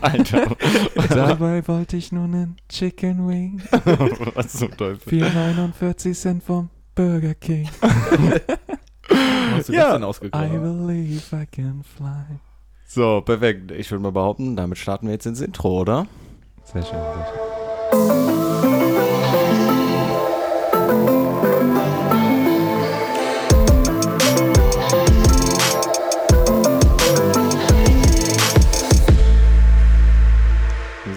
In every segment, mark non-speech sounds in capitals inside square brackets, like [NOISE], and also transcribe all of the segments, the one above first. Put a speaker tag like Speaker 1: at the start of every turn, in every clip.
Speaker 1: Alter.
Speaker 2: Dabei wollte ich nur einen Chicken Wing.
Speaker 1: [LAUGHS] Was zum Teufel?
Speaker 2: [LAUGHS] 4,49 Cent vom Burger King.
Speaker 3: Hast du
Speaker 1: Ja.
Speaker 3: gestern
Speaker 2: I
Speaker 3: ausgegraben?
Speaker 2: believe I can fly.
Speaker 1: So, perfekt. Ich würde mal behaupten, damit starten wir jetzt ins Intro, oder?
Speaker 2: Sehr schön, sehr schön.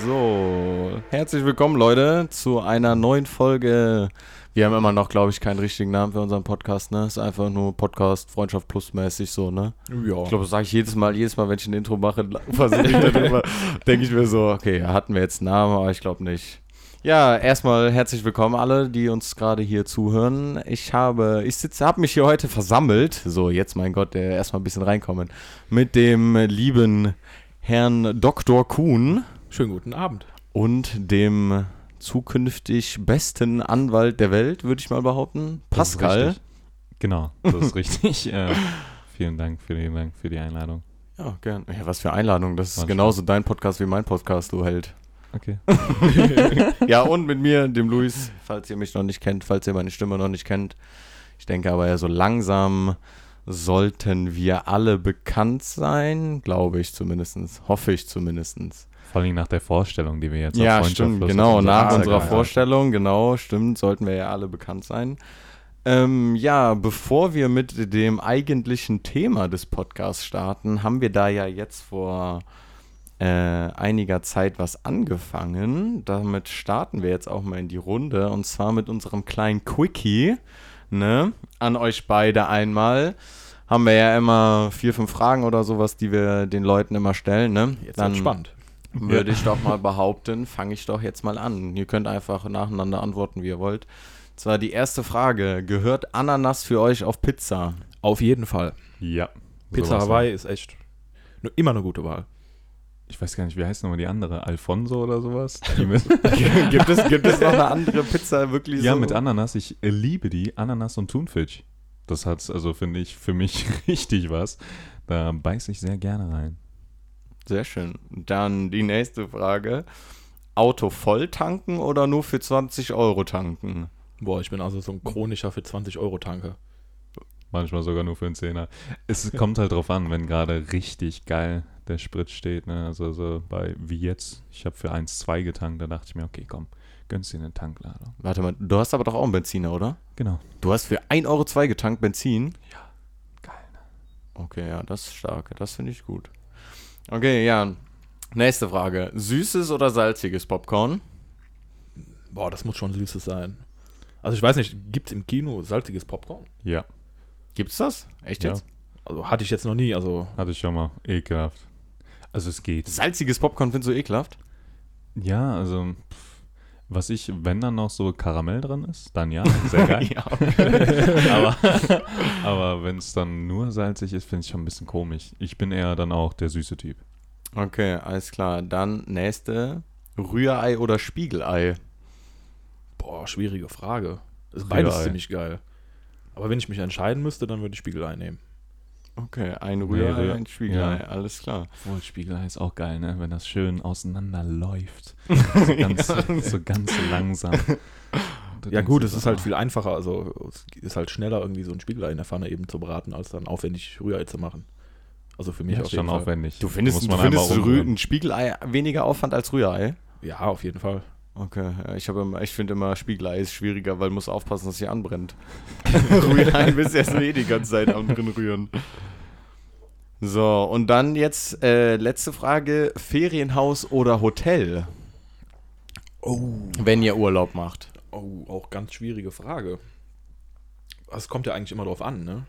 Speaker 1: So, herzlich willkommen, Leute, zu einer neuen Folge. Wir haben immer noch, glaube ich, keinen richtigen Namen für unseren Podcast, ne? Ist einfach nur Podcast Freundschaft plus mäßig so, ne? Ich
Speaker 3: Ja.
Speaker 1: glaube, das sage ich jedes Mal, jedes Mal, wenn ich ein Intro mache, [LAUGHS] versuche ich darüber, denke ich mir so, okay, hatten wir jetzt einen Namen, aber ich glaube nicht. Ja, erstmal herzlich willkommen alle, die uns gerade hier zuhören. Ich habe, ich sitze, habe mich hier heute versammelt. So, jetzt, mein Gott, der erstmal ein bisschen reinkommen. Mit dem lieben Herrn Dr. Kuhn
Speaker 3: Schönen guten Abend.
Speaker 1: und dem zukünftig besten Anwalt der Welt, würde ich mal behaupten.
Speaker 2: Das ist
Speaker 1: Pascal.
Speaker 2: richtig. Genau, das
Speaker 1: [LAUGHS]
Speaker 2: ist richtig. äh, vielen Dank, vielen Dank für die Einladung.
Speaker 1: Ja, gern. Ja, was für Einladung. Das ist
Speaker 2: Wahnsinn.
Speaker 1: genauso dein Podcast wie mein Podcast, du Held.
Speaker 2: Okay.
Speaker 1: Ja, und mit mir, dem Luis, falls ihr mich noch nicht kennt, falls ihr meine Stimme noch nicht kennt. Ich denke aber ja, so langsam sollten wir alle bekannt sein, glaube ich zumindestens hoffe ich zumindestens
Speaker 2: Vor allem nach der Vorstellung, die wir jetzt
Speaker 1: Ja,
Speaker 2: auf Freundschaft
Speaker 1: stimmt,
Speaker 2: plus
Speaker 1: genau,
Speaker 2: auf unserem
Speaker 1: nach
Speaker 3: Instagram
Speaker 1: unserer
Speaker 2: haben.
Speaker 1: Vorstellung, genau, stimmt, sollten wir ja alle bekannt sein. Ähm, ja, bevor wir mit dem eigentlichen Thema des Podcasts starten, haben wir da ja jetzt vor äh, einiger Zeit was angefangen. Damit starten wir jetzt auch mal in die Runde und zwar mit unserem kleinen Quickie, ne? An euch beide einmal. Haben wir ja immer vier, fünf Fragen oder sowas, die wir den Leuten immer stellen, ne?
Speaker 3: Jetzt
Speaker 1: Dann-
Speaker 3: wird's spannend.
Speaker 1: würde ich doch mal behaupten, fange ich doch jetzt mal an. Ihr könnt einfach nacheinander antworten, wie ihr wollt. Zwar die erste Frage: Gehört Ananas für euch auf Pizza?
Speaker 3: Auf jeden Fall.
Speaker 2: Ja.
Speaker 3: Pizza
Speaker 2: sowas von.
Speaker 3: Hawaii ist echt nur immer eine gute Wahl.
Speaker 2: Ich weiß gar nicht, wie heißt nochmal die andere? Alfonso
Speaker 1: [LAUGHS]
Speaker 2: oder sowas? Die mit,
Speaker 1: gibt, es, gibt es noch eine andere Pizza wirklich
Speaker 2: ja,
Speaker 1: so?
Speaker 2: mit Ananas. Ich äh, liebe die. Ananas und Thunfisch. Das hat, also finde ich, für mich [LAUGHS] richtig was. Da beiß ich sehr gerne rein.
Speaker 1: Sehr schön. Dann die nächste Frage: Auto voll tanken oder nur für 20 Euro tanken?
Speaker 3: Boah, ich bin also
Speaker 2: Hm.
Speaker 3: so ein chronischer für 20 Euro Tanke.
Speaker 2: Manchmal sogar nur für einen Zehner. Es kommt halt drauf an, wenn gerade richtig geil der Sprit steht. Ne? Also so bei, wie jetzt, ich habe für 1,2 getankt. Da dachte ich mir, okay, komm, gönnst dir eine Tankladung.
Speaker 1: Warte mal, du hast aber doch auch einen Benziner, oder?
Speaker 2: Genau.
Speaker 1: Du hast für 1,02 Euro getankt Benzin.
Speaker 2: Geil. Ne?
Speaker 1: Okay, ja, das ist stark. Das finde ich gut. Okay, ja. Nächste Frage. Süßes oder salziges Popcorn?
Speaker 3: Boah, das muss schon süßes sein. Also ich weiß nicht, gibt's im Kino salziges Popcorn?
Speaker 2: Ja,
Speaker 1: Gibt's das? Echt
Speaker 2: Ja.
Speaker 1: jetzt?
Speaker 3: Also hatte ich jetzt noch nie, also
Speaker 2: hatte ich schon mal. Ekelhaft. Also es geht.
Speaker 1: Salziges Popcorn findest du ekelhaft?
Speaker 2: Ja, also pff, was ich, wenn dann noch so Karamell drin ist, dann ja, sehr geil.
Speaker 1: Ja.
Speaker 2: [LAUGHS] aber aber wenn es dann nur salzig ist, finde ich schon ein bisschen komisch. Ich bin eher dann auch der süße Typ.
Speaker 1: Okay, alles klar. Dann nächste. Rührei oder Spiegelei?
Speaker 3: boah, schwierige Frage. Ist beides
Speaker 2: Rührei.
Speaker 3: ziemlich geil. Aber wenn ich mich entscheiden müsste, dann würde ich Spiegelei nehmen.
Speaker 1: Okay, ein Rührei,
Speaker 2: Rühr-
Speaker 1: ein Spiegelei.
Speaker 2: ja.
Speaker 1: Alles klar.
Speaker 2: Obwohl, Spiegelei ist auch geil, ne? Wenn das schön auseinanderläuft. So ganz, so ganz langsam. Du
Speaker 3: Ja
Speaker 2: denkst
Speaker 3: gut,
Speaker 2: dir
Speaker 3: es
Speaker 2: so,
Speaker 3: ist halt
Speaker 2: oh,
Speaker 3: viel einfacher, also es ist halt schneller irgendwie so ein Spiegelei in der Pfanne eben zu braten, als dann aufwendig Rührei zu machen. Also für mich
Speaker 2: Ja,
Speaker 3: auf
Speaker 2: ist
Speaker 3: jeden
Speaker 2: schon
Speaker 3: Fall.
Speaker 2: aufwendig.
Speaker 1: Du findest,
Speaker 2: Muss
Speaker 1: du
Speaker 2: man
Speaker 1: findest
Speaker 2: einmal
Speaker 1: Rü
Speaker 2: rumrühren.
Speaker 1: ein Spiegelei weniger Aufwand als Rührei?
Speaker 3: Ja, auf jeden Fall.
Speaker 1: Okay, ja, ich, hab immer- ich finde immer Spiegelei ist schwieriger, weil muss aufpassen, dass sie [LAUGHS] anbrennt. Rührei bist du erst eh die ganze Zeit am drin rühren. So, und dann jetzt äh, letzte Frage: Ferienhaus oder Hotel?
Speaker 3: Oh.
Speaker 1: Wenn ihr Urlaub macht.
Speaker 3: Oh, auch ganz schwierige Frage. Es kommt ja eigentlich immer drauf an, ne?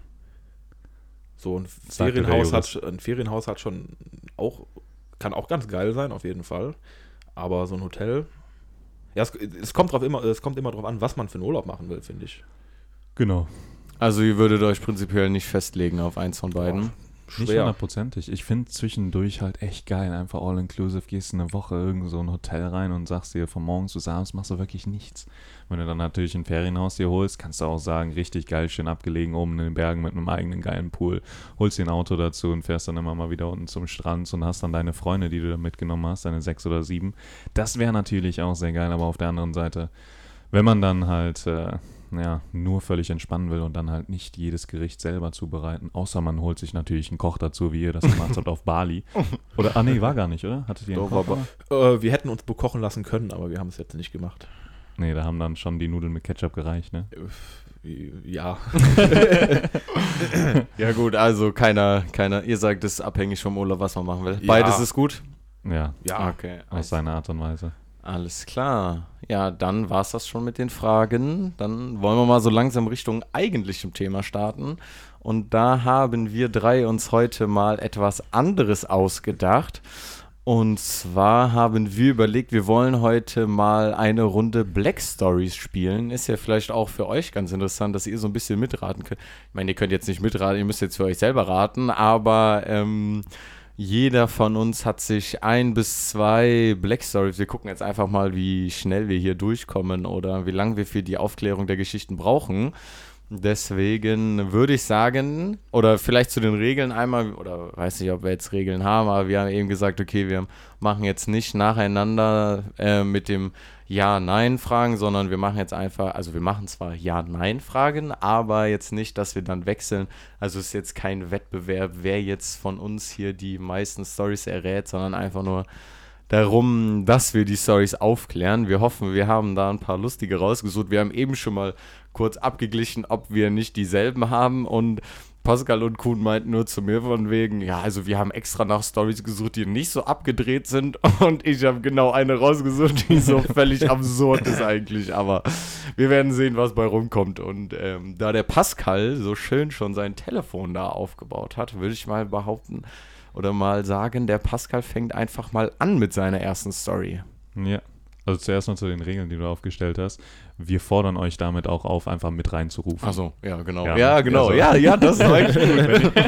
Speaker 3: So ein
Speaker 2: Sagte der
Speaker 3: Ferienhaus hat ein Ferienhaus hat schon auch kann auch ganz geil sein auf jeden Fall, aber so ein Hotel ja, es, es kommt drauf immer es kommt immer drauf an, was man für einen Urlaub machen will, finde ich.
Speaker 2: Genau.
Speaker 1: Also ihr würdet euch prinzipiell nicht festlegen auf eins von beiden.
Speaker 2: Nicht
Speaker 3: schwer.
Speaker 2: hundertprozentig. Ich finde zwischendurch halt echt geil. Einfach all-inclusive, gehst in eine Woche irgend so ein Hotel rein und sagst dir, von morgens bis abends machst du wirklich nichts. Wenn du dann natürlich ein Ferienhaus dir holst, kannst du auch sagen, richtig geil, schön abgelegen oben in den Bergen mit einem eigenen geilen Pool. Holst dir ein Auto dazu und fährst dann immer mal wieder unten zum Strand und hast dann deine Freunde, die du da mitgenommen hast, deine sechs oder sieben. Das wäre natürlich auch sehr geil, aber auf der anderen Seite, wenn man dann halt... Äh, ja, nur völlig entspannen will und dann halt nicht jedes Gericht selber zubereiten, außer man holt sich natürlich einen Koch dazu, wie ihr das gemacht habt auf
Speaker 1: [LAUGHS]
Speaker 2: Bali. Oder, ah nee, war gar nicht, oder? Hattet ihr einen
Speaker 1: Doch,
Speaker 2: Koch?
Speaker 1: war
Speaker 2: da?
Speaker 3: Äh, wir hätten uns bekochen lassen können, aber wir haben es jetzt nicht gemacht.
Speaker 2: Nee, da haben dann schon die Nudeln mit Ketchup gereicht, ne?
Speaker 3: Äh, Ja,
Speaker 1: Ja, gut, also keiner, keiner, ihr sagt, es ist abhängig vom Urlaub, was man machen will.
Speaker 3: Ja.
Speaker 1: Beides ist gut.
Speaker 2: Ja,
Speaker 3: [LAUGHS] ja.
Speaker 1: Okay.
Speaker 2: aus seiner Art und Weise.
Speaker 1: Alles klar. Ja, dann war es das schon mit den Fragen. Dann wollen wir mal so langsam Richtung eigentlichem Thema starten. Und da haben wir drei uns heute mal etwas anderes ausgedacht. Und zwar haben wir überlegt, wir wollen heute mal eine Runde Black Stories spielen. Ist ja vielleicht auch für euch ganz interessant, dass ihr so ein bisschen mitraten könnt. Ich meine, ihr könnt jetzt nicht mitraten, ihr müsst jetzt für euch selber raten, aber ähm, jeder von uns hat sich ein bis zwei Black Stories. Wir gucken jetzt einfach mal, wie schnell wir hier durchkommen oder wie lange wir für die Aufklärung der Geschichten brauchen. Deswegen würde ich sagen, oder vielleicht zu den Regeln einmal, oder weiß nicht, ob wir jetzt Regeln haben, aber wir haben eben gesagt, okay, wir machen jetzt nicht nacheinander äh, mit dem Ja-Nein-Fragen, sondern wir machen jetzt einfach, also wir machen zwar Ja-Nein-Fragen, aber jetzt nicht, dass wir dann wechseln. Also es ist jetzt kein Wettbewerb, wer jetzt von uns hier die meisten Stories errät, sondern einfach nur darum, dass wir die Stories aufklären. Wir hoffen, wir haben da ein paar lustige rausgesucht. Wir haben eben schon mal kurz abgeglichen, ob wir nicht dieselben haben und Pascal und Kuhn meinten nur zu mir von wegen, ja, also wir haben extra nach Stories gesucht, die nicht so abgedreht sind [LAUGHS] und ich habe genau eine rausgesucht, die so völlig absurd ist eigentlich, aber wir werden sehen, was bei rumkommt und ähm, da der Pascal so schön schon sein Telefon da aufgebaut hat, würde ich mal behaupten, oder mal sagen, der Pascal fängt einfach mal an mit seiner ersten Story.
Speaker 2: Ja. Also zuerst mal zu den Regeln, die du aufgestellt hast. Wir fordern euch damit auch auf, einfach mit reinzurufen.
Speaker 1: Achso, ja, genau. Ja,
Speaker 2: Ja,
Speaker 1: genau.
Speaker 2: also-
Speaker 1: Ja, ja, das ist eigentlich gut. Wenn,
Speaker 2: Wenn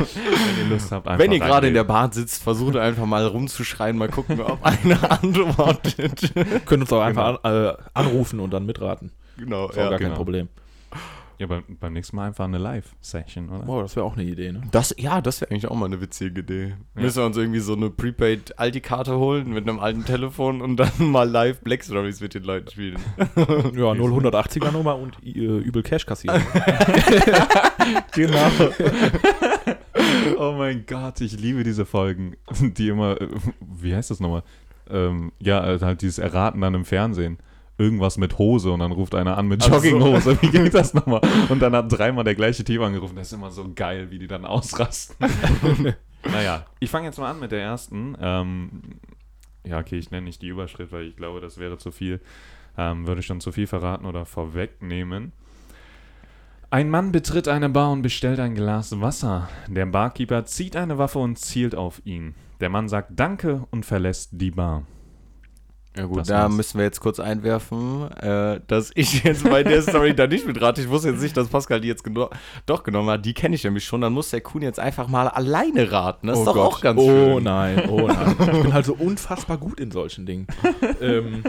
Speaker 2: ihr Lust habt, einfach
Speaker 1: wenn ihr gerade in der
Speaker 2: reinreden.
Speaker 1: Bahn sitzt, versucht einfach mal rumzuschreien, mal gucken, ob [LAUGHS] einer antwortet.
Speaker 3: können uns auch einfach an, äh, anrufen und dann mitraten.
Speaker 1: genau,
Speaker 3: Ist auch gar kein
Speaker 2: genau.
Speaker 3: Problem.
Speaker 2: Ja, beim, beim nächsten Mal einfach eine Live-Session, oder?
Speaker 3: Boah, das wäre auch eine Idee, ne?
Speaker 1: Das, ja, das wäre eigentlich auch mal eine witzige Idee. Müssen wir uns irgendwie so eine prepaid Aldi-Karte holen mit einem alten Telefon und dann [LAUGHS] mal live Black Stories mit den Leuten spielen.
Speaker 3: Ja, 080er Nummer und äh, übel Cash [LAUGHS] kassieren.
Speaker 2: Genau. [LAUGHS] oh mein Gott, ich liebe diese Folgen, [LAUGHS] die immer, äh, wie heißt das nochmal? Ähm, ja, äh, halt dieses Erraten dann im Fernsehen. Irgendwas mit Hose und dann ruft einer an mit
Speaker 1: Ach so.
Speaker 2: Jogginghose. Wie
Speaker 1: [LAUGHS]
Speaker 2: geht das nochmal? Und dann hat dreimal der gleiche Team angerufen. Das ist immer so geil, wie die
Speaker 1: [LAUGHS]
Speaker 2: dann ausrasten. naja, ich fange jetzt mal an mit der ersten. Ähm, ja, okay, ich nenne nicht die Überschrift, weil ich glaube, das wäre zu viel. Ähm, würde schon zu viel verraten oder vorwegnehmen. Ein Mann betritt eine Bar und bestellt ein Glas Wasser. Der Barkeeper zieht eine Waffe und zielt auf ihn. Der Mann sagt Danke und verlässt die Bar.
Speaker 1: Ja gut,
Speaker 2: Das
Speaker 1: da
Speaker 2: war's.
Speaker 1: müssen wir jetzt kurz einwerfen, äh, dass ich [LAUGHS] jetzt bei der Story da nicht mitrate. Ich wusste jetzt nicht, dass Pascal die jetzt geno doch genommen hat. Die kenne ich nämlich schon. Dann muss der Kuhn jetzt einfach mal alleine raten. Das ist doch auch ganz
Speaker 3: oh
Speaker 1: schön.
Speaker 3: nein, oh nein. Ich bin halt so unfassbar gut in solchen Dingen. ähm,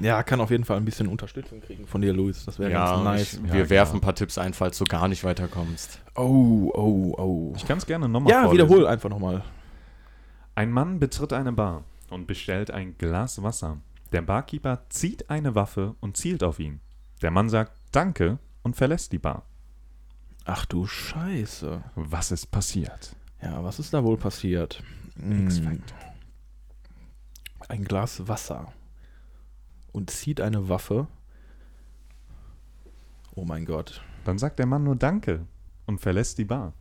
Speaker 3: ja, kann auf jeden Fall ein bisschen Unterstützung kriegen von dir, Luis. Das wäre
Speaker 1: Ja,
Speaker 3: ganz nice.
Speaker 1: ich, wir
Speaker 2: Ja,
Speaker 1: werfen
Speaker 2: klar.
Speaker 1: ein paar Tipps ein, falls du gar nicht weiterkommst.
Speaker 3: Oh, oh, oh.
Speaker 2: Ich kann es gerne nochmal
Speaker 3: Ja, wiederhol einfach nochmal.
Speaker 2: Ein Mann betritt eine Bar und bestellt ein Glas Wasser. Der Barkeeper zieht eine Waffe und zielt auf ihn. Der Mann sagt Danke und verlässt die Bar.
Speaker 3: Ach du Scheiße.
Speaker 2: Was ist passiert?
Speaker 3: Ja, was ist da wohl passiert? Hm,
Speaker 2: X-Factor.
Speaker 3: ein Glas Wasser und zieht eine Waffe. Oh mein Gott.
Speaker 2: Dann sagt der Mann nur Danke und verlässt die Bar.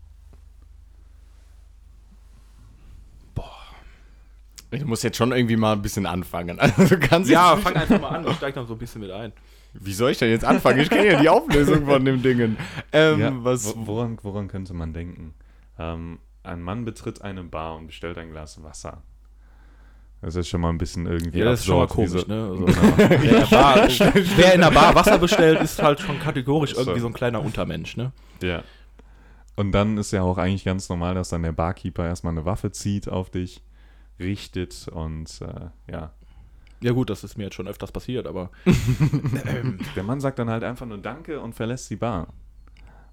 Speaker 1: Ich muss jetzt schon irgendwie mal ein bisschen anfangen. [LAUGHS] Also du kannst jetzt nicht,
Speaker 3: einfach mal an. Ich steig noch so ein bisschen mit [LAUGHS] ein.
Speaker 1: Wie soll ich denn jetzt anfangen? Ich kenne ja [LAUGHS] die Auflösung von dem Dingen. Ähm,
Speaker 2: Ja,
Speaker 1: was,
Speaker 2: wo- woran, woran könnte man denken? Ähm, ein Mann betritt eine Bar und bestellt ein Glas Wasser. Das ist schon mal ein bisschen irgendwie
Speaker 3: Ja, das ist schon mal
Speaker 2: absurd, Genau. wie
Speaker 3: komisch,
Speaker 2: so-
Speaker 3: ne? Also, [LAUGHS] wer, in der Bar, wer in der Bar Wasser bestellt, ist halt schon kategorisch
Speaker 2: Ist so.
Speaker 3: irgendwie so ein kleiner Untermensch, ne?
Speaker 2: Ja. Und dann ist ja auch eigentlich ganz normal, dass dann der Barkeeper erstmal eine Waffe zieht auf dich, richtet und äh, ja.
Speaker 3: Ja, gut, das ist mir jetzt schon öfters passiert, aber
Speaker 2: Der Mann sagt dann halt einfach nur Danke und verlässt die Bar.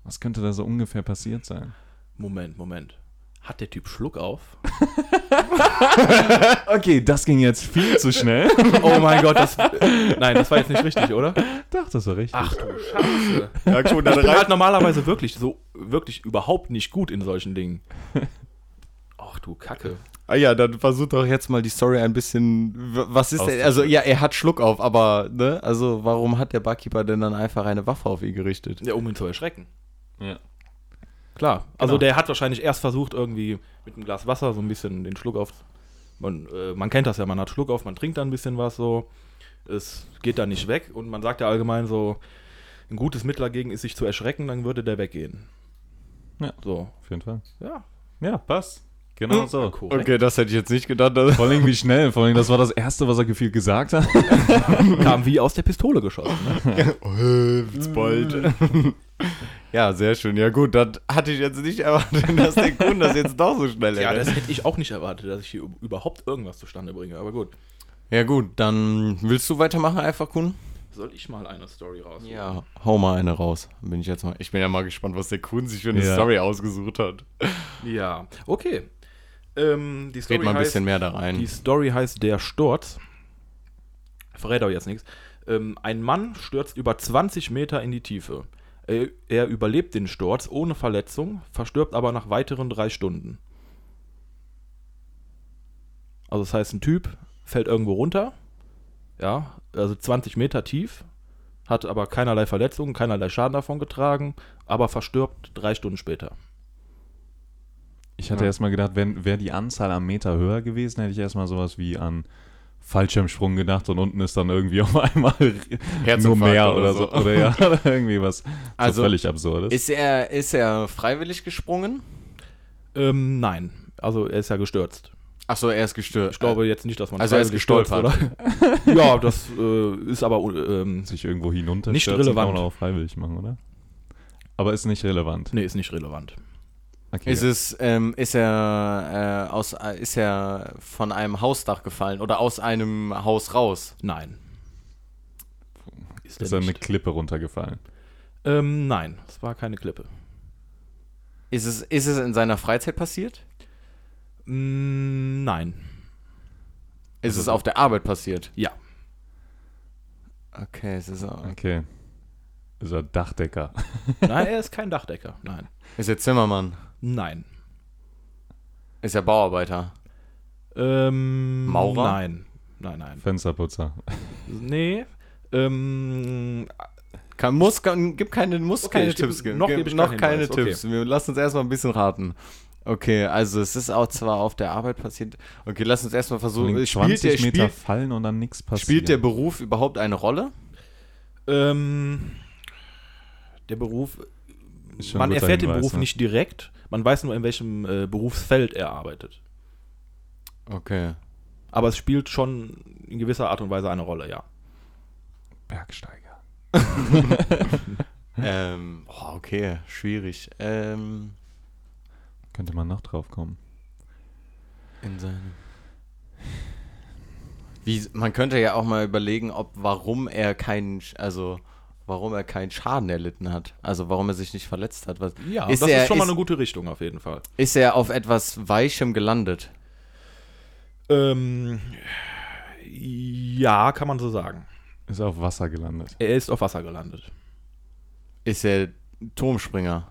Speaker 2: Was könnte da so ungefähr passiert sein?
Speaker 3: Moment, Moment. Hat der Typ Schluck auf?
Speaker 2: Okay, das ging jetzt viel zu
Speaker 3: [LAUGHS]
Speaker 2: schnell.
Speaker 3: Oh mein Gott, das. Nein, das war jetzt nicht richtig, oder?
Speaker 2: Doch, das war richtig.
Speaker 3: Ach du Scheiße.
Speaker 1: Ja, gut, [LAUGHS] dann
Speaker 3: Ich bin halt normalerweise wirklich so, wirklich überhaupt nicht gut in solchen Dingen. Ach du Kacke.
Speaker 1: Ah ja, dann versuch doch jetzt mal die Story ein bisschen. w- Was ist denn? Also, ja, er hat Schluck auf, aber, ne? Also, warum hat der Barkeeper denn dann einfach eine Waffe auf ihn gerichtet?
Speaker 3: Ja, um ihn zu erschrecken.
Speaker 2: Ja.
Speaker 1: Genau.
Speaker 3: Klar. Also der hat wahrscheinlich erst versucht, irgendwie mit einem Glas Wasser so ein bisschen den Schluck auf. Man, äh, man kennt das ja, man hat Schluck auf, man trinkt dann ein bisschen was so. Es geht dann nicht weg und man sagt ja allgemein so, ein gutes Mittel dagegen ist sich zu erschrecken, dann würde der weggehen.
Speaker 2: Ja.
Speaker 3: So. Hm?
Speaker 2: Auf jeden Fall.
Speaker 3: Ja.
Speaker 2: Ja, passt. Genau so.
Speaker 3: Korrekt.
Speaker 1: Okay, das hätte ich jetzt nicht gedacht.
Speaker 2: [LAUGHS]
Speaker 1: dass-
Speaker 2: Vor allem wie schnell, vor allem das war das Erste, was er gefühlt gesagt hat.
Speaker 3: Kam wie aus der Pistole geschossen. Ne?
Speaker 1: Witzbold. [LAUGHS] ja, sehr schön. Ja, gut, das hatte ich jetzt nicht erwartet, [LAUGHS] dass der Kuhn das jetzt doch so schnell
Speaker 3: Ja,
Speaker 1: erkennt.
Speaker 3: das hätte ich auch nicht erwartet, dass ich hier überhaupt irgendwas zustande bringe, aber gut.
Speaker 1: ja, gut, dann willst du weitermachen, einfach Kuhn?
Speaker 3: Soll ich mal eine Story raussuchen?
Speaker 1: Ja, hau mal eine raus. Bin ich jetzt mal. Ich bin ja mal gespannt, was der Kuhn sich für eine
Speaker 2: Ja.
Speaker 1: Story ausgesucht hat.
Speaker 3: Ja, okay. Ähm, die Story
Speaker 1: Red mal ein bisschen mehr
Speaker 3: heißt,
Speaker 1: da
Speaker 3: Die
Speaker 1: rein.
Speaker 3: Story heißt Der Sturz. Verrät euch jetzt nichts. Ähm, ein Mann stürzt über 20 Meter in die Tiefe. Er, er überlebt den Sturz ohne Verletzung, verstirbt aber nach weiteren drei Stunden. Also das heißt, ein Typ fällt irgendwo runter, ja, also 20 Meter tief, hat aber keinerlei Verletzungen, keinerlei Schaden davon getragen, aber verstirbt drei Stunden später.
Speaker 2: Ich hatte erstmal gedacht, wäre die Anzahl am Meter höher gewesen, hätte ich erstmal sowas wie an Fallschirmsprung gedacht und unten ist dann irgendwie auf einmal nur
Speaker 1: Herzinfarkt
Speaker 2: mehr
Speaker 1: oder
Speaker 2: oder
Speaker 1: so.
Speaker 2: so.
Speaker 1: [LAUGHS]
Speaker 2: Oder ja, oder irgendwie was so
Speaker 1: Also,
Speaker 2: völlig Absurdes.
Speaker 1: Ist er, ist er freiwillig gesprungen?
Speaker 3: Ähm, nein, also er ist ja gestürzt.
Speaker 1: Achso, er ist gestört.
Speaker 3: Ich glaube jetzt nicht, dass man
Speaker 1: Also er ist
Speaker 3: freiwillig stürzt,
Speaker 1: gestolpert.
Speaker 3: oder? ja, das äh, ist aber äh, ähm,
Speaker 2: Sich irgendwo hinunter
Speaker 3: Nicht relevant.
Speaker 2: kann man auch freiwillig machen, oder? Aber ist nicht relevant.
Speaker 3: nee, ist nicht relevant.
Speaker 2: Okay.
Speaker 1: Ist es, ähm, ist er äh, aus, äh, ist er von einem Hausdach gefallen oder aus einem Haus raus?
Speaker 3: Nein. Ist,
Speaker 2: ist
Speaker 3: er
Speaker 2: dann eine
Speaker 3: nicht.
Speaker 2: Klippe runtergefallen.
Speaker 3: Ähm, nein, es war keine Klippe.
Speaker 1: Ist es, ist es in seiner Freizeit passiert?
Speaker 3: Mm, nein.
Speaker 1: Ist es auf der Arbeit passiert?
Speaker 3: Ja.
Speaker 1: Okay, es ist, äh, auch-
Speaker 2: Okay. Ist er Dachdecker? [LAUGHS]
Speaker 3: Nein, er ist kein Dachdecker. Nein.
Speaker 1: ist er Zimmermann?
Speaker 3: Nein.
Speaker 1: Ist er Bauarbeiter?
Speaker 3: Ähm,
Speaker 1: Maurer?
Speaker 3: Nein. Nein, nein.
Speaker 2: Fensterputzer.
Speaker 3: Nee. Ähm,
Speaker 1: Kann, muss, kann, gib keine, muss
Speaker 3: Okay,
Speaker 1: keine
Speaker 3: ich geb-
Speaker 1: Tipps geben.
Speaker 3: noch
Speaker 1: Gib
Speaker 3: geb ich
Speaker 1: noch
Speaker 3: keinen
Speaker 1: keine
Speaker 3: Hinweis, okay.
Speaker 1: Tipps. Wir lassen uns erstmal ein bisschen raten. Okay, also es ist auch zwar auf der Arbeit passiert. Okay, lass uns erstmal versuchen. Spielt der,
Speaker 2: Meter
Speaker 1: spielt,
Speaker 2: fallen und dann nichts passiert.
Speaker 1: spielt der Beruf überhaupt eine Rolle?
Speaker 3: ähm, der Beruf.
Speaker 2: Ist schon ein
Speaker 3: Man
Speaker 2: guter
Speaker 3: erfährt den
Speaker 2: Hinweis,
Speaker 3: Beruf
Speaker 2: ne?
Speaker 3: nicht direkt. Man weiß nur, in welchem äh, Berufsfeld er arbeitet.
Speaker 1: Okay.
Speaker 3: Aber es spielt schon in gewisser Art und Weise eine Rolle, ja.
Speaker 2: Bergsteiger.
Speaker 1: [LAUGHS] ähm, boah, okay, schwierig. Ähm,
Speaker 2: Könnte man noch drauf kommen.
Speaker 1: in seinem. Wie, man könnte ja auch mal überlegen, ob warum er keinen, Sch- also warum er keinen Schaden erlitten hat. Also warum er sich nicht verletzt hat. Was,
Speaker 3: Ja,
Speaker 1: Ist
Speaker 3: das
Speaker 1: er-
Speaker 3: ist schon mal
Speaker 1: ist-
Speaker 3: eine gute Richtung auf jeden Fall.
Speaker 1: ist er auf etwas Weichem gelandet?
Speaker 3: Ähm, ja, kann man so sagen.
Speaker 2: Ist auf Wasser gelandet.
Speaker 3: Er ist auf Wasser gelandet.
Speaker 1: Ist er Turmspringer,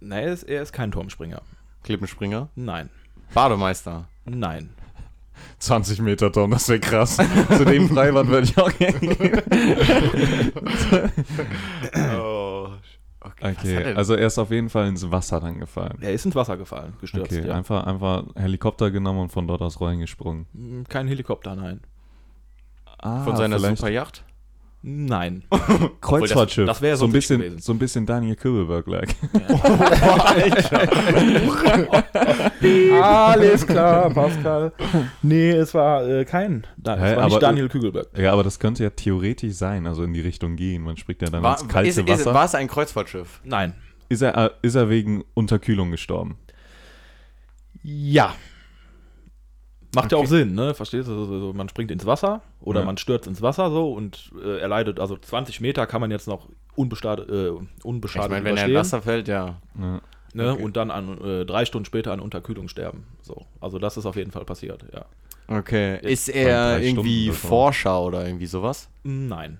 Speaker 3: Nein, er ist, er ist kein Turmspringer.
Speaker 1: Klippenspringer,
Speaker 3: Nein,
Speaker 1: Bademeister?
Speaker 3: nein.
Speaker 2: 20 Meter Turm, das wäre krass. [LAUGHS] Zu dem Freibad würde ich auch gerne gehen.
Speaker 1: oh,
Speaker 2: Okay, also er ist auf jeden Fall ins Wasser dann gefallen.
Speaker 3: Er ist ins Wasser gefallen, gestürzt.
Speaker 2: Okay,
Speaker 3: ja.
Speaker 2: einfach, einfach Helikopter genommen und von dort aus reingesprungen.
Speaker 3: Mm, Kein Helikopter, nein.
Speaker 2: Ah,
Speaker 1: Von seiner
Speaker 2: vielleicht
Speaker 1: Superjacht?
Speaker 3: Nein.
Speaker 2: Kreuzfahrtschiff.
Speaker 3: das- das wäre
Speaker 2: so ein
Speaker 3: sonst
Speaker 2: bisschen,
Speaker 3: gewesen.
Speaker 2: so ein bisschen Daniel Kübelberg-like.
Speaker 3: Alles [LAUGHS] klar, Pascal. Nee, es war äh, kein. Da,
Speaker 2: Hä,
Speaker 3: es war nicht
Speaker 2: aber-
Speaker 3: Daniel Kügelberg.
Speaker 2: Ja, aber das könnte ja theoretisch sein, also in die Richtung gehen. Man springt ja dann ins
Speaker 1: War,
Speaker 2: kalte
Speaker 1: ist, ist,
Speaker 2: Wasser.
Speaker 1: war es ein Kreuzfahrtschiff?
Speaker 3: Nein,
Speaker 2: Ist er, äh, ist er wegen Unterkühlung gestorben?
Speaker 3: Ja. Macht ja
Speaker 1: Okay.
Speaker 3: auch Sinn, ne? Verstehst du? Also, so, man springt ins Wasser oder
Speaker 2: Ja.
Speaker 3: man stürzt ins Wasser so und äh, erleidet, also 20 Meter kann man jetzt noch unbeschadet, äh, unbeschadet
Speaker 1: Ich meine, wenn er in
Speaker 3: überstehen,
Speaker 1: Wasser fällt, ja.
Speaker 2: Ja.
Speaker 3: ne?
Speaker 1: okay.
Speaker 3: und dann an, äh, drei Stunden später an Unterkühlung sterben. So. Also das ist auf jeden Fall passiert, ja.
Speaker 1: Okay. Ist
Speaker 2: waren
Speaker 1: er irgendwie
Speaker 2: drei Stunden oder so.
Speaker 1: Forscher oder irgendwie sowas?
Speaker 3: Nein.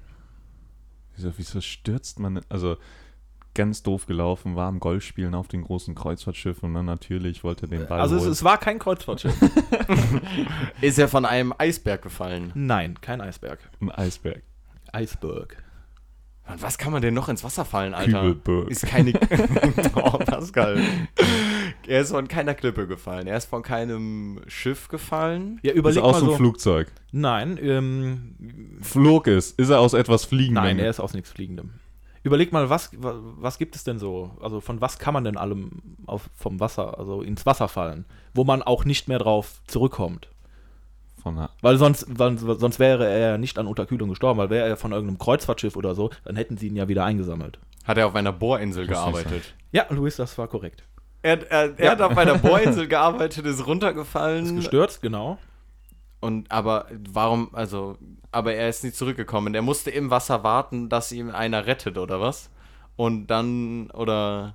Speaker 2: Wieso, wieso stürzt man? Also ganz doof gelaufen, war am Golfspielen auf den großen Kreuzfahrtschiffen und dann natürlich wollte er den Ball
Speaker 3: Also es,
Speaker 2: holen.
Speaker 3: es war kein Kreuzfahrtschiff.
Speaker 1: [LAUGHS] Ist er von einem Eisberg gefallen?
Speaker 3: Nein, kein Eisberg.
Speaker 2: ein Eisberg.
Speaker 3: Eisberg.
Speaker 1: Und was kann man denn noch ins Wasser fallen, Alter?
Speaker 2: Kübelberg.
Speaker 1: Ist keine.
Speaker 2: [LAUGHS]
Speaker 1: [LAUGHS] oh, Pascal. Er ist von keiner Klippe gefallen. Er ist von keinem Schiff gefallen.
Speaker 3: Ja,
Speaker 2: Ist
Speaker 3: überleg
Speaker 2: er aus
Speaker 3: mal
Speaker 2: dem
Speaker 3: so.
Speaker 2: Flugzeug.
Speaker 3: Nein, ähm,
Speaker 2: Flog ist. Ist er aus etwas Fliegendem?
Speaker 3: nein, ne. er ist aus nichts Fliegendem. Überleg mal, was, wa- was gibt es denn so? Also von was kann man denn allem auf, vom Wasser, also ins Wasser fallen, wo man auch nicht mehr drauf zurückkommt?
Speaker 2: Von einer,
Speaker 3: Weil sonst, sonst, sonst wäre er nicht an Unterkühlung gestorben, weil wäre er von irgendeinem Kreuzfahrtschiff oder so, dann hätten sie ihn ja wieder eingesammelt.
Speaker 1: Hat er auf einer Bohrinsel
Speaker 2: Muss nicht
Speaker 1: gearbeitet?
Speaker 3: Ja, Luis, das war korrekt.
Speaker 1: Er, er, er hat auf einer Bohrinsel gearbeitet, ist runtergefallen.
Speaker 3: Ist gestürzt, genau.
Speaker 1: Und aber warum, also, aber er ist nicht zurückgekommen. Er musste im Wasser warten, dass ihm einer rettet, oder was? Und dann, oder.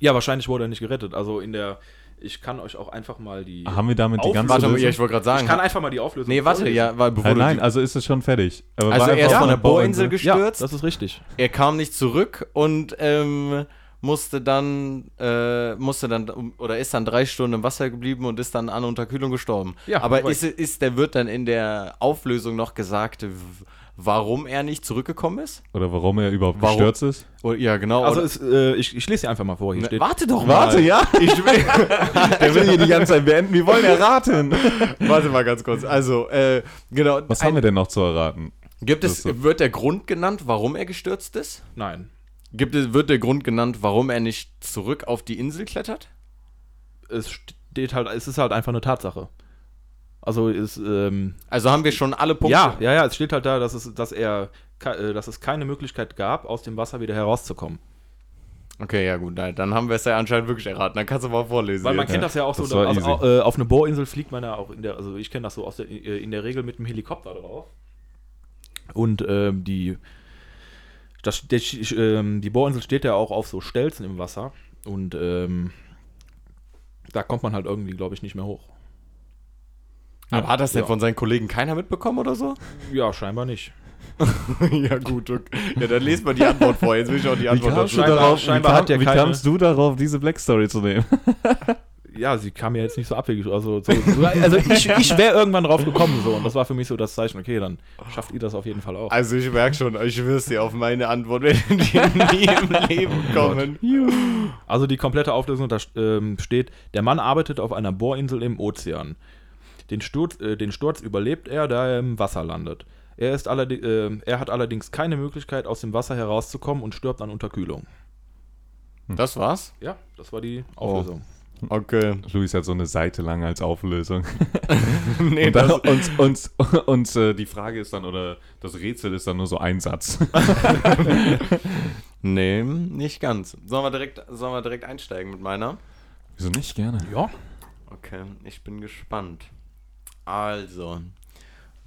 Speaker 3: Ja, wahrscheinlich wurde er nicht gerettet. Also in der, ich kann euch auch einfach mal die.
Speaker 2: haben wir damit die
Speaker 3: Auf-
Speaker 2: ganze
Speaker 1: Warte mal,
Speaker 2: Lösung-
Speaker 1: ich wollte gerade
Speaker 3: ich
Speaker 1: sagen.
Speaker 3: kann einfach mal die Auflösung.
Speaker 1: nee, warte,
Speaker 3: vorlesen.
Speaker 1: ja, weil bevor
Speaker 2: Äh,
Speaker 1: du
Speaker 2: nein,
Speaker 1: die-
Speaker 2: also ist es schon fertig. Aber
Speaker 1: Also
Speaker 2: war
Speaker 1: er ist
Speaker 2: auf
Speaker 1: von der
Speaker 2: einer
Speaker 1: Bohrinsel
Speaker 3: Ja,
Speaker 1: gestürzt,
Speaker 3: das ist richtig.
Speaker 1: er kam nicht zurück und ähm, musste dann, äh, musste dann, oder ist dann drei Stunden im Wasser geblieben und ist dann an Unterkühlung gestorben.
Speaker 3: Ja,
Speaker 1: aber
Speaker 3: korrekt.
Speaker 1: ist, ist, der wird dann in der Auflösung noch gesagt, w- warum er nicht zurückgekommen ist?
Speaker 2: Oder warum er überhaupt
Speaker 1: Warum?
Speaker 2: gestürzt ist?
Speaker 1: Oh, ja, genau.
Speaker 3: Also
Speaker 1: oder-
Speaker 3: es, äh, ich, ich lese sie einfach mal vor. Hier
Speaker 1: Ne,
Speaker 3: steht,
Speaker 1: warte doch mal.
Speaker 2: Warte, ja.
Speaker 1: [LAUGHS] Ich
Speaker 2: [LAUGHS]
Speaker 1: will,
Speaker 2: Der will hier
Speaker 1: [LAUGHS]
Speaker 2: die ganze Zeit beenden. Wir [LAUGHS] wollen erraten.
Speaker 1: warte mal ganz kurz. Also, äh, genau.
Speaker 2: Was
Speaker 1: ein-
Speaker 2: haben wir denn noch zu erraten?
Speaker 1: Gibt es,
Speaker 2: Das ist
Speaker 1: wird der Grund genannt, warum er gestürzt ist?
Speaker 3: nein,
Speaker 1: Gibt es, wird der Grund genannt, warum er nicht zurück auf die Insel klettert?
Speaker 3: es steht halt, es ist halt einfach eine Tatsache. Also ist, ähm,
Speaker 1: Also haben wir schon alle Punkte.
Speaker 3: ja, ja, ja, es steht halt da, dass es, dass er, ke- äh, dass es keine Möglichkeit gab, aus dem Wasser wieder herauszukommen.
Speaker 1: Okay, ja gut, na, dann haben wir es ja anscheinend wirklich erraten. Dann kannst du mal vorlesen.
Speaker 3: Weil man
Speaker 1: jetzt.
Speaker 3: kennt das ja auch so,
Speaker 2: das war
Speaker 3: also,
Speaker 2: easy.
Speaker 3: au- äh, auf eine Bohrinsel fliegt man ja auch in der, also ich kenne das so aus der, äh, in der Regel mit dem Helikopter drauf. Und ähm, die, das, der, Sch- ähm, die Bohrinsel steht ja auch auf so Stelzen im Wasser und ähm, da kommt man halt irgendwie, glaube ich, nicht mehr hoch.
Speaker 1: Aber hat das denn
Speaker 3: Ja.
Speaker 1: von seinen Kollegen keiner mitbekommen oder so?
Speaker 3: Ja, scheinbar nicht.
Speaker 1: [LAUGHS] ja gut, okay. ja dann lest mal die Antwort vor. Jetzt will ich auch die Antwort
Speaker 3: kamst
Speaker 1: dazu.
Speaker 3: du scheinbar- scheinbar hat der
Speaker 2: wie
Speaker 3: keine-
Speaker 2: kamst du darauf, diese Black Story zu nehmen?
Speaker 3: Ja, sie kam ja jetzt nicht so abwegig. Also, so, so- also ich, ich wäre irgendwann drauf gekommen so und das war für mich so das Zeichen, okay, dann schafft ihr das auf jeden Fall auch.
Speaker 1: Also ich merke schon, ich wirst dir auf meine Antwort, wenn die nie im [LAUGHS] Leben kommen.
Speaker 3: Also die komplette Auflösung, da ähm, steht, der Mann arbeitet auf einer Bohrinsel im Ozean. Den Sturz, äh, den Sturz überlebt er, da er im Wasser landet. Er, ist allerde- äh, er hat allerdings keine Möglichkeit, aus dem Wasser herauszukommen und stirbt an Unterkühlung.
Speaker 1: Das war's?
Speaker 3: Ja, das war die Auflösung.
Speaker 1: Okay.
Speaker 2: Luis hat so eine Seite lang als [LAUGHS] Auflösung.
Speaker 1: Nee,
Speaker 2: Und, dann, und, und, und äh, die Frage ist dann, oder das Rätsel ist dann nur so ein [LAUGHS] Satz.
Speaker 1: Nee, nicht ganz. Sollen wir direkt, sollen wir direkt einsteigen mit meiner?
Speaker 2: Wieso nicht gerne?
Speaker 3: Ja,
Speaker 1: Okay, ich bin gespannt. Also,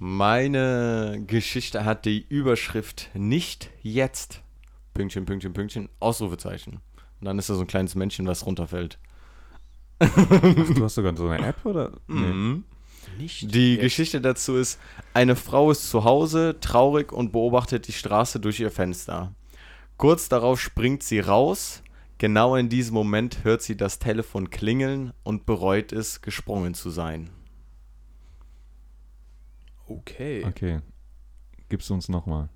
Speaker 1: meine Geschichte hat die Überschrift nicht jetzt. Pünktchen, Pünktchen, Pünktchen, Ausrufezeichen. Und dann ist da so ein kleines Männchen, was runterfällt.
Speaker 2: Ach, du hast sogar so eine App, oder? Nee.
Speaker 1: Mhm.
Speaker 3: nicht.
Speaker 1: Die Geschichte dazu ist, eine Frau ist zu Hause, traurig und beobachtet die Straße durch ihr Fenster. Kurz darauf springt sie raus. Genau in diesem Moment hört sie das Telefon klingeln und bereut es, gesprungen zu sein.
Speaker 3: Okay.
Speaker 2: Okay. Gib's uns nochmal.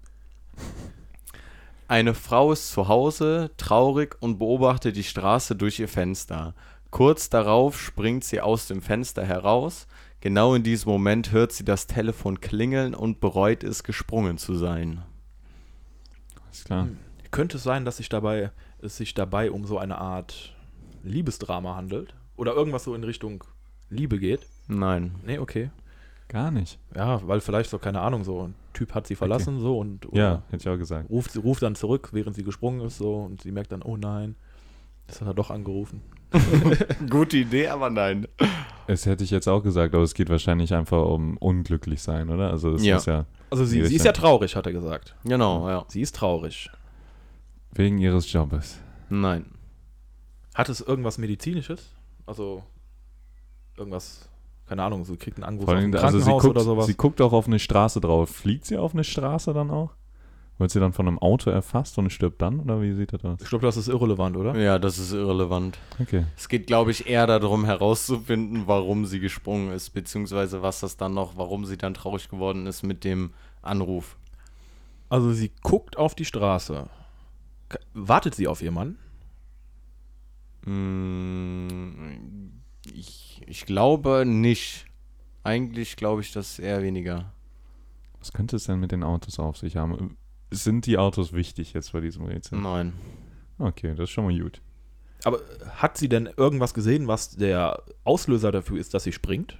Speaker 1: Eine Frau ist zu Hause, traurig und beobachtet die Straße durch ihr Fenster. Kurz darauf springt sie aus dem Fenster heraus. Genau in diesem Moment hört sie das Telefon klingeln und bereut es, gesprungen zu sein.
Speaker 2: Alles klar.
Speaker 3: Könnte es sein, dass sich dabei, es sich dabei um so eine Art Liebesdrama handelt? Oder irgendwas so in Richtung Liebe geht?
Speaker 1: Nein.
Speaker 3: Nee, okay.
Speaker 2: Gar nicht.
Speaker 3: Ja, weil vielleicht so, keine Ahnung, so ein Typ hat sie verlassen so und
Speaker 2: Ja, hätte ich auch gesagt.
Speaker 3: ruft, sie- ruft dann zurück, während sie gesprungen ist so und sie merkt dann, oh nein. Das hat er doch angerufen.
Speaker 1: [LAUGHS] Gute Idee, aber nein.
Speaker 2: Es hätte ich jetzt auch gesagt, aber es geht wahrscheinlich einfach um unglücklich sein, oder? Also es
Speaker 1: Ja.
Speaker 2: ist ja
Speaker 3: Also sie,
Speaker 2: Nee,
Speaker 3: sie
Speaker 2: ich
Speaker 3: ist ja
Speaker 2: denk-
Speaker 3: traurig, hat er gesagt.
Speaker 1: Genau, ja.
Speaker 3: Sie ist traurig.
Speaker 2: wegen ihres Jobs.
Speaker 1: Nein.
Speaker 3: Hat es irgendwas Medizinisches? Also irgendwas, keine Ahnung, sie kriegt einen Anruf
Speaker 2: Vor
Speaker 3: aus dem
Speaker 2: allem, also
Speaker 3: Krankenhaus
Speaker 2: sie guckt,
Speaker 3: oder sowas.
Speaker 2: sie guckt auch auf eine Straße drauf. Fliegt sie auf eine Straße dann auch? Wird sie dann von einem Auto erfasst und stirbt dann? Oder wie sieht das aus?
Speaker 3: Ich glaube, das ist irrelevant, oder?
Speaker 1: Ja, das ist irrelevant.
Speaker 2: Okay.
Speaker 1: Es geht, glaube ich, eher darum herauszufinden, warum sie gesprungen ist, beziehungsweise was das dann noch, warum sie dann traurig geworden ist mit dem Anruf.
Speaker 3: Also sie guckt auf die Straße. K- Wartet sie auf ihren Mann?
Speaker 1: Mm, Ich, ich glaube nicht. Eigentlich glaube ich das eher weniger.
Speaker 2: Was könnte es denn mit den Autos auf sich haben? Sind die Autos wichtig jetzt bei diesem Rätsel?
Speaker 1: Nein.
Speaker 2: Okay, das ist schon mal gut.
Speaker 3: Aber hat sie denn irgendwas gesehen, was der Auslöser dafür ist, dass sie springt?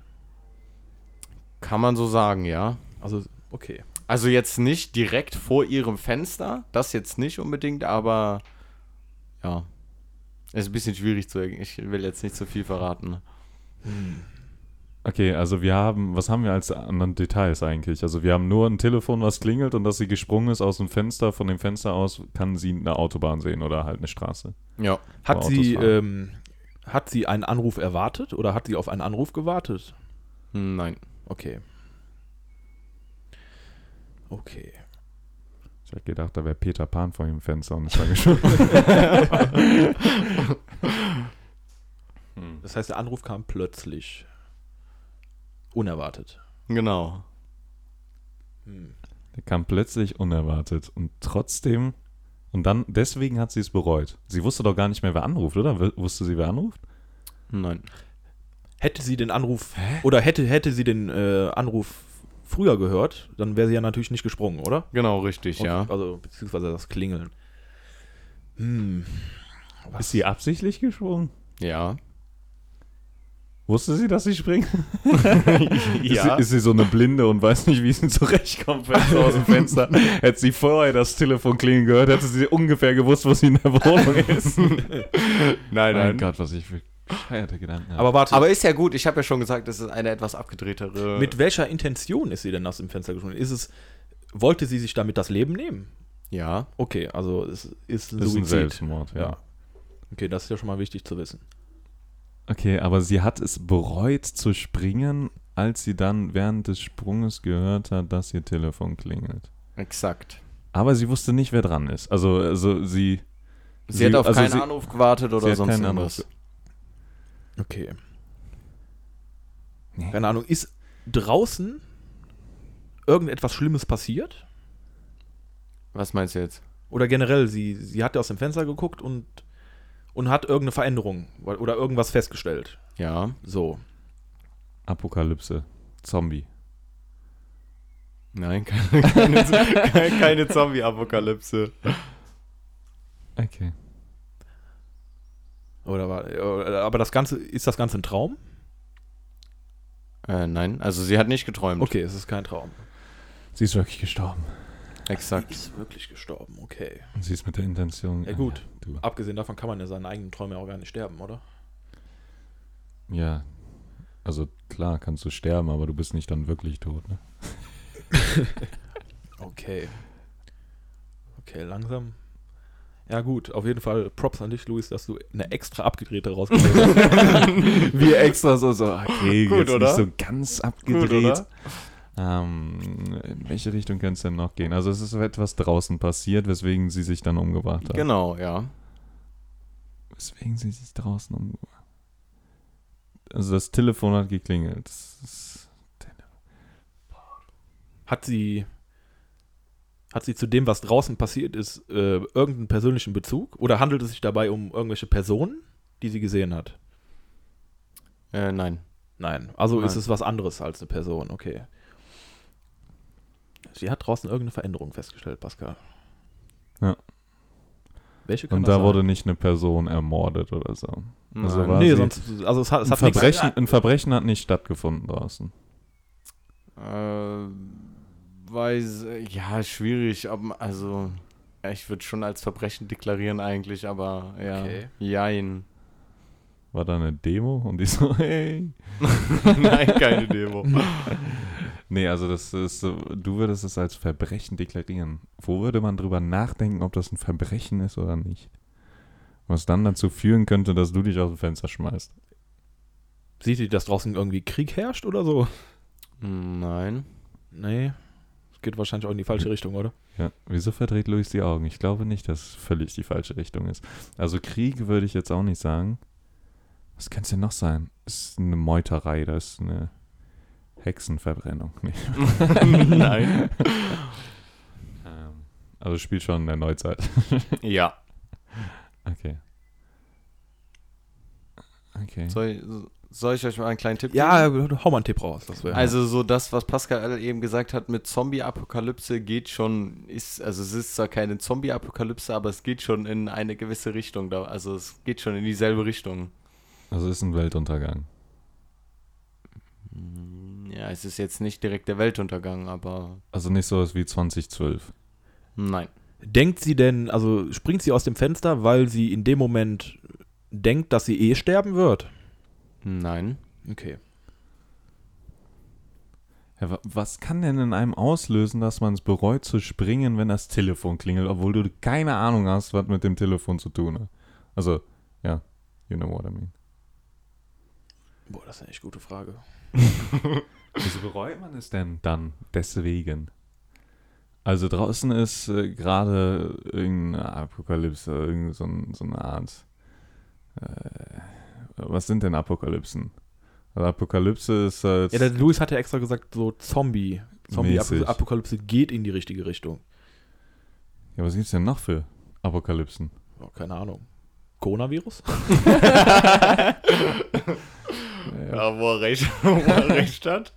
Speaker 1: Kann man so sagen, ja.
Speaker 3: Also, okay.
Speaker 1: Also jetzt nicht direkt vor ihrem Fenster, das jetzt nicht unbedingt, aber ja. Ist ein bisschen schwierig zu erkennen. Ich will jetzt nicht zu viel verraten.
Speaker 2: Okay, also wir haben, was haben wir als anderen Details eigentlich? Also wir haben nur ein Telefon, was klingelt und dass sie gesprungen ist aus dem Fenster. Von dem Fenster aus kann sie eine Autobahn sehen oder halt eine Straße.
Speaker 1: Ja.
Speaker 3: Hat
Speaker 2: Autos
Speaker 3: sie,
Speaker 2: fahren.
Speaker 3: ähm, hat sie einen Anruf erwartet oder hat sie auf einen Anruf gewartet?
Speaker 1: Nein.
Speaker 3: Okay. Okay.
Speaker 2: Ich hätte gedacht, da wäre Peter Pan vor dem Fenster und es war [LAUGHS] gesprungen.
Speaker 3: Das heißt, der Anruf kam plötzlich. Unerwartet.
Speaker 1: Genau.
Speaker 2: Der kam plötzlich unerwartet und trotzdem und dann deswegen hat sie es bereut. Sie wusste doch gar nicht mehr, wer anruft, oder? W- Wusste sie, wer anruft?
Speaker 1: Nein.
Speaker 3: Hätte sie den Anruf oder hätte, hätte sie den äh, Anruf früher gehört, dann wäre sie ja natürlich nicht gesprungen, oder?
Speaker 1: Genau, richtig,
Speaker 3: Und-
Speaker 1: ja.
Speaker 3: Also, beziehungsweise das Klingeln. Hm.
Speaker 2: Ist sie absichtlich gesprungen?
Speaker 1: Ja.
Speaker 2: Wusste sie, dass sie [LAUGHS] springt?
Speaker 1: Ja.
Speaker 2: Ist, sie, ist sie so eine Blinde und weiß nicht, wie sie zurechtkommt, fällt so aus dem [LAUGHS] Fenster? hätte sie vorher das Telefon klingen gehört, hätte sie ungefähr gewusst, wo sie in der Wohnung [LAUGHS] ist.
Speaker 1: Nein,
Speaker 2: mein Gott, was ich für bescheuerte Gedanken habe.
Speaker 3: Aber warte,
Speaker 1: Aber ist ja gut. Ich habe ja schon gesagt, das ist eine etwas abgedrehtere.
Speaker 3: mit welcher Intention ist sie denn aus dem Fenster gesprungen? Ist es, wollte sie sich damit das Leben nehmen?
Speaker 1: ja.
Speaker 3: Okay, also es ist ein
Speaker 2: das ist ein
Speaker 3: Suizid.
Speaker 2: Selbstmord, ja.
Speaker 3: Ja. Okay, das ist ja schon mal wichtig zu wissen.
Speaker 2: Okay, aber sie hat es bereut zu springen, als sie dann während des Sprunges gehört hat, dass ihr Telefon klingelt.
Speaker 1: Exakt.
Speaker 2: Aber sie wusste nicht, wer dran ist. Also, also sie.
Speaker 1: Sie, hat auf
Speaker 2: also
Speaker 1: keinen
Speaker 2: sie-
Speaker 1: Anruf gewartet oder
Speaker 2: hat
Speaker 1: sonst
Speaker 2: keinen
Speaker 1: irgendwas.
Speaker 2: Anruf.
Speaker 3: Okay.
Speaker 2: Nee.
Speaker 3: Keine Ahnung, ist draußen irgendetwas Schlimmes passiert?
Speaker 1: Was meinst du jetzt?
Speaker 3: Oder generell, sie, sie hat ja aus dem Fenster geguckt und, und hat irgendeine Veränderung wa- oder irgendwas festgestellt.
Speaker 1: Ja.
Speaker 3: So.
Speaker 2: Apokalypse. Zombie.
Speaker 1: Nein, [LAUGHS] keine, keine, keine Zombie-Apokalypse.
Speaker 2: Okay.
Speaker 3: Oder war, oder- aber das Ganze, ist das Ganze ein Traum?
Speaker 1: Äh, nein, also sie hat nicht geträumt.
Speaker 3: Okay, es ist kein Traum.
Speaker 2: Sie ist wirklich gestorben.
Speaker 1: Exakt.
Speaker 3: Ist wirklich gestorben, okay.
Speaker 2: Und sie ist mit der Intention.
Speaker 3: Ja, gut.
Speaker 2: Ah, Ja,
Speaker 3: Abgesehen davon kann man ja seinen eigenen Träumen ja auch gar nicht sterben, oder?
Speaker 2: du, ja. Also klar, kannst du sterben, aber du bist nicht dann wirklich tot. Ne?
Speaker 3: Okay. Okay, langsam. Ja, gut, auf jeden Fall Props an dich, Luis, dass du eine extra abgedrehte rausgeholt hast.
Speaker 2: Wie extra so, so okay,
Speaker 1: Gut,
Speaker 2: jetzt
Speaker 1: oder?
Speaker 2: nicht so ganz
Speaker 1: Gut,
Speaker 2: abgedreht.
Speaker 1: oder?
Speaker 2: Ähm, in welche Richtung könnte es denn noch gehen? Also es ist etwas draußen passiert, weswegen sie sich dann umgebracht hat.
Speaker 1: Genau, ja.
Speaker 2: Weswegen sie sich draußen umgebracht hat. Also das Telefon hat geklingelt. Das ist-
Speaker 3: Hat sie, hat sie zu dem, was draußen passiert ist, äh, irgendeinen persönlichen Bezug? Oder handelt es sich dabei um irgendwelche Personen, die sie gesehen hat?
Speaker 1: Äh, nein.
Speaker 3: Nein. Also ist
Speaker 1: Nein.
Speaker 3: es was anderes als eine Person, okay. Sie hat draußen irgendeine Veränderung festgestellt, Pascal.
Speaker 2: Ja.
Speaker 3: Welche kann
Speaker 2: Und
Speaker 3: das
Speaker 2: da
Speaker 3: sein?
Speaker 2: wurde nicht eine Person ermordet oder so. Also
Speaker 1: Nein.
Speaker 2: war-
Speaker 3: Nee,
Speaker 2: sie-
Speaker 3: sonst. Also es hat, es
Speaker 2: Ein
Speaker 3: hat nichts-
Speaker 2: Verbrechen, ein Verbrechen hat nicht stattgefunden draußen.
Speaker 1: Äh, weiß, ja, schwierig, ob, man- also, Ja, ich würde schon als Verbrechen deklarieren eigentlich, aber ja.
Speaker 4: Okay.
Speaker 1: Jein. [LAUGHS]
Speaker 2: War da eine Demo und die so, [LAUGHS] hey.
Speaker 1: Nein, keine Demo.
Speaker 2: Nee, also das ist, so- du würdest es als Verbrechen deklarieren. Wo würde man drüber nachdenken, ob das ein Verbrechen ist oder nicht? Was dann dazu führen könnte, dass du dich aus dem Fenster schmeißt.
Speaker 3: Sieht ihr, dass draußen irgendwie Krieg herrscht oder so?
Speaker 1: Nein.
Speaker 3: Nee. Es geht wahrscheinlich auch in die falsche Richtung, oder?
Speaker 2: Ja, wieso verdreht Luis die Augen? Ich glaube nicht, dass es völlig die falsche Richtung ist. Also Krieg würde ich jetzt auch nicht sagen. Was könnte es denn noch sein? Es ist eine Meuterei, das ist eine Hexenverbrennung. [LAUGHS] Nee.
Speaker 1: [LAUGHS] Nein.
Speaker 2: [LAUGHS] Ähm, Also spielt schon in der Neuzeit. [LAUGHS]
Speaker 1: Ja.
Speaker 2: Okay. Okay.
Speaker 1: Soll, ich- soll ich euch mal einen kleinen Tipp
Speaker 3: Ja, hau mal einen Tipp raus. Das wäre
Speaker 1: Also so das, was Pascal eben gesagt hat mit Zombie-Apokalypse geht schon, ist, also es ist zwar keine Zombie-Apokalypse, aber es geht schon in eine gewisse Richtung. Da, also es geht schon in dieselbe Richtung.
Speaker 2: Also ist ein Weltuntergang.
Speaker 1: Ja, es ist jetzt nicht direkt der Weltuntergang, aber
Speaker 2: Also nicht sowas wie 2012.
Speaker 1: nein.
Speaker 3: denkt sie denn, also springt sie aus dem Fenster, weil sie in dem Moment denkt, dass sie eh sterben wird?
Speaker 1: Nein.
Speaker 3: Okay.
Speaker 2: Ja, wa- was kann denn in einem auslösen, dass man es bereut zu springen, wenn das Telefon klingelt, obwohl du keine Ahnung hast, was mit dem Telefon zu tun hat? Also, ja, you know what I mean.
Speaker 3: Boah, das ist eine echt gute Frage.
Speaker 2: Wieso bereut man es denn dann deswegen? Also draußen ist äh, gerade irgendeine Apokalypse, irgend so, ein, so eine Art. Äh, was sind denn Apokalypsen? Also Apokalypse ist halt.
Speaker 3: Ja, der Louis hat ja extra gesagt, so Zombie.
Speaker 2: Mäßig.
Speaker 3: Zombie-Apokalypse geht in die richtige Richtung.
Speaker 2: ja, was gibt's denn noch für Apokalypsen?
Speaker 3: Oh, keine Ahnung. Coronavirus?
Speaker 1: Ja, wo er recht, [LAUGHS] wo er recht hat.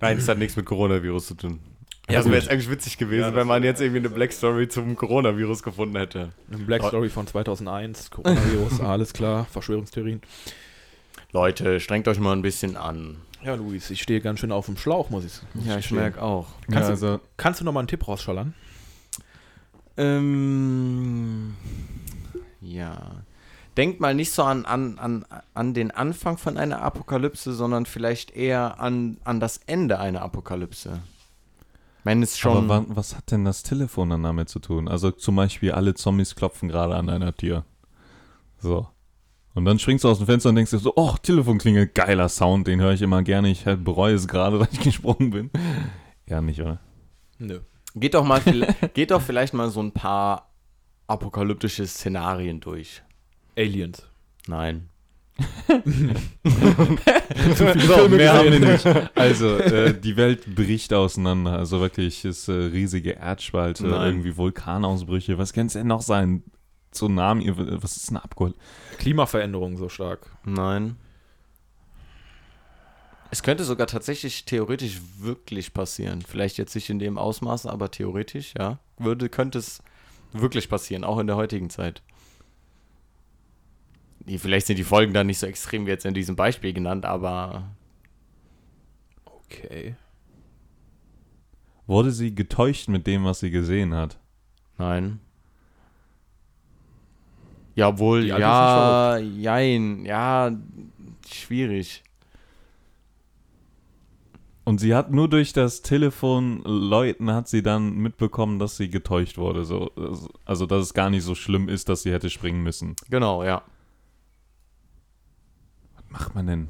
Speaker 1: Nein, es hat nichts mit Coronavirus zu tun. Also,
Speaker 3: Ja,
Speaker 1: das wäre
Speaker 3: gut.
Speaker 1: jetzt eigentlich witzig gewesen, wenn man jetzt irgendwie eine Black Story zum Coronavirus gefunden hätte.
Speaker 3: [LAUGHS] Eine Black
Speaker 1: Oh.
Speaker 3: Story von 2001, [LAUGHS] Coronavirus, alles klar, Verschwörungstheorien.
Speaker 1: Leute, strengt euch mal ein bisschen an.
Speaker 3: Ja, Luis, ich stehe ganz schön auf dem Schlauch, muss ich muss
Speaker 1: Ja, ich
Speaker 3: gestehen.
Speaker 1: merke auch.
Speaker 2: Ja, also,
Speaker 3: Kannst du nochmal einen Tipp rausschallern?
Speaker 1: Ähm, ja. Denkt mal nicht so an, an, an, an den Anfang von einer Apokalypse, sondern vielleicht eher an, an das Ende einer Apokalypse. Ich meine, es ist schon.
Speaker 2: Aber wa was hat denn das Telefon dann damit zu tun? Also zum Beispiel, alle Zombies klopfen gerade an deiner Tür. So. Und dann springst du aus dem Fenster und denkst dir so, oh, Telefon klingelt, geiler Sound, den höre ich immer gerne. Ich halt bereue es gerade, [LAUGHS] dass ich gesprungen bin. Ja, nicht, oder?
Speaker 3: Nö.
Speaker 1: geht, doch
Speaker 2: [LAUGHS]
Speaker 1: mal, viel- geht doch vielleicht mal so ein paar apokalyptische Szenarien durch.
Speaker 3: [LAUGHS] Aliens.
Speaker 1: Nein.
Speaker 3: Genau,
Speaker 2: So, mehr haben wir nicht. Also, äh, die Welt bricht auseinander. Also wirklich, ist äh, riesige Erdspalte,
Speaker 1: Nein.
Speaker 2: irgendwie Vulkanausbrüche. Was kann es denn noch sein? Tsunami, was ist eine Abgeholt?
Speaker 3: [LAUGHS] Klimaveränderung so stark.
Speaker 1: Nein. Es könnte sogar tatsächlich theoretisch wirklich passieren. Vielleicht jetzt nicht in dem Ausmaß, aber theoretisch, ja. Würde, könnte es wirklich passieren, auch in der heutigen Zeit. Die, vielleicht sind die Folgen dann nicht so extrem wie jetzt in diesem Beispiel genannt, aber
Speaker 3: Okay.
Speaker 2: Wurde sie getäuscht mit dem, was sie gesehen hat?
Speaker 1: nein. Jawohl,
Speaker 3: Die Amis
Speaker 1: ja, jein, ja, schwierig.
Speaker 2: Und sie hat nur durch das Telefon läuten hat sie dann mitbekommen, dass sie getäuscht wurde. So, also dass es gar nicht so schlimm ist, dass sie hätte springen müssen.
Speaker 1: Genau, ja.
Speaker 2: Was macht man denn?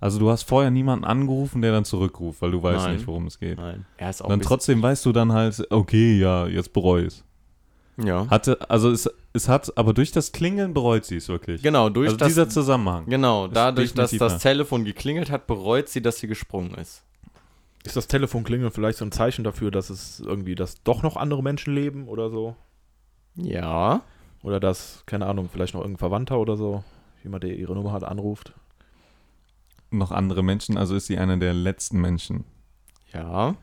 Speaker 2: Also du hast vorher niemanden angerufen, der dann zurückruft, weil du weißt
Speaker 1: Nein.
Speaker 2: nicht, worum es geht.
Speaker 1: Nein. Er ist auch ein
Speaker 2: Dann
Speaker 1: bisschen-
Speaker 2: trotzdem weißt du dann halt, okay, ja, jetzt bereue ich es.
Speaker 1: Ja.
Speaker 2: Hatte, also es, es hat, aber durch das Klingeln bereut sie es wirklich.
Speaker 1: Genau, durch
Speaker 2: also
Speaker 1: das
Speaker 2: dieser Zusammenhang.
Speaker 1: Genau,
Speaker 2: Ist
Speaker 1: dadurch, dass
Speaker 2: definitiv
Speaker 1: das
Speaker 2: wahr.
Speaker 1: Telefon geklingelt hat, bereut sie, dass sie gesprungen ist.
Speaker 3: Ist das Telefonklingeln vielleicht so ein Zeichen dafür, dass es irgendwie, dass doch noch andere Menschen leben oder so?
Speaker 1: Ja.
Speaker 3: Oder dass, keine Ahnung, vielleicht noch irgendein Verwandter oder so, jemand, der ihre Nummer hat, anruft?
Speaker 2: Noch andere Menschen, also ist sie einer der letzten Menschen.
Speaker 1: Ja.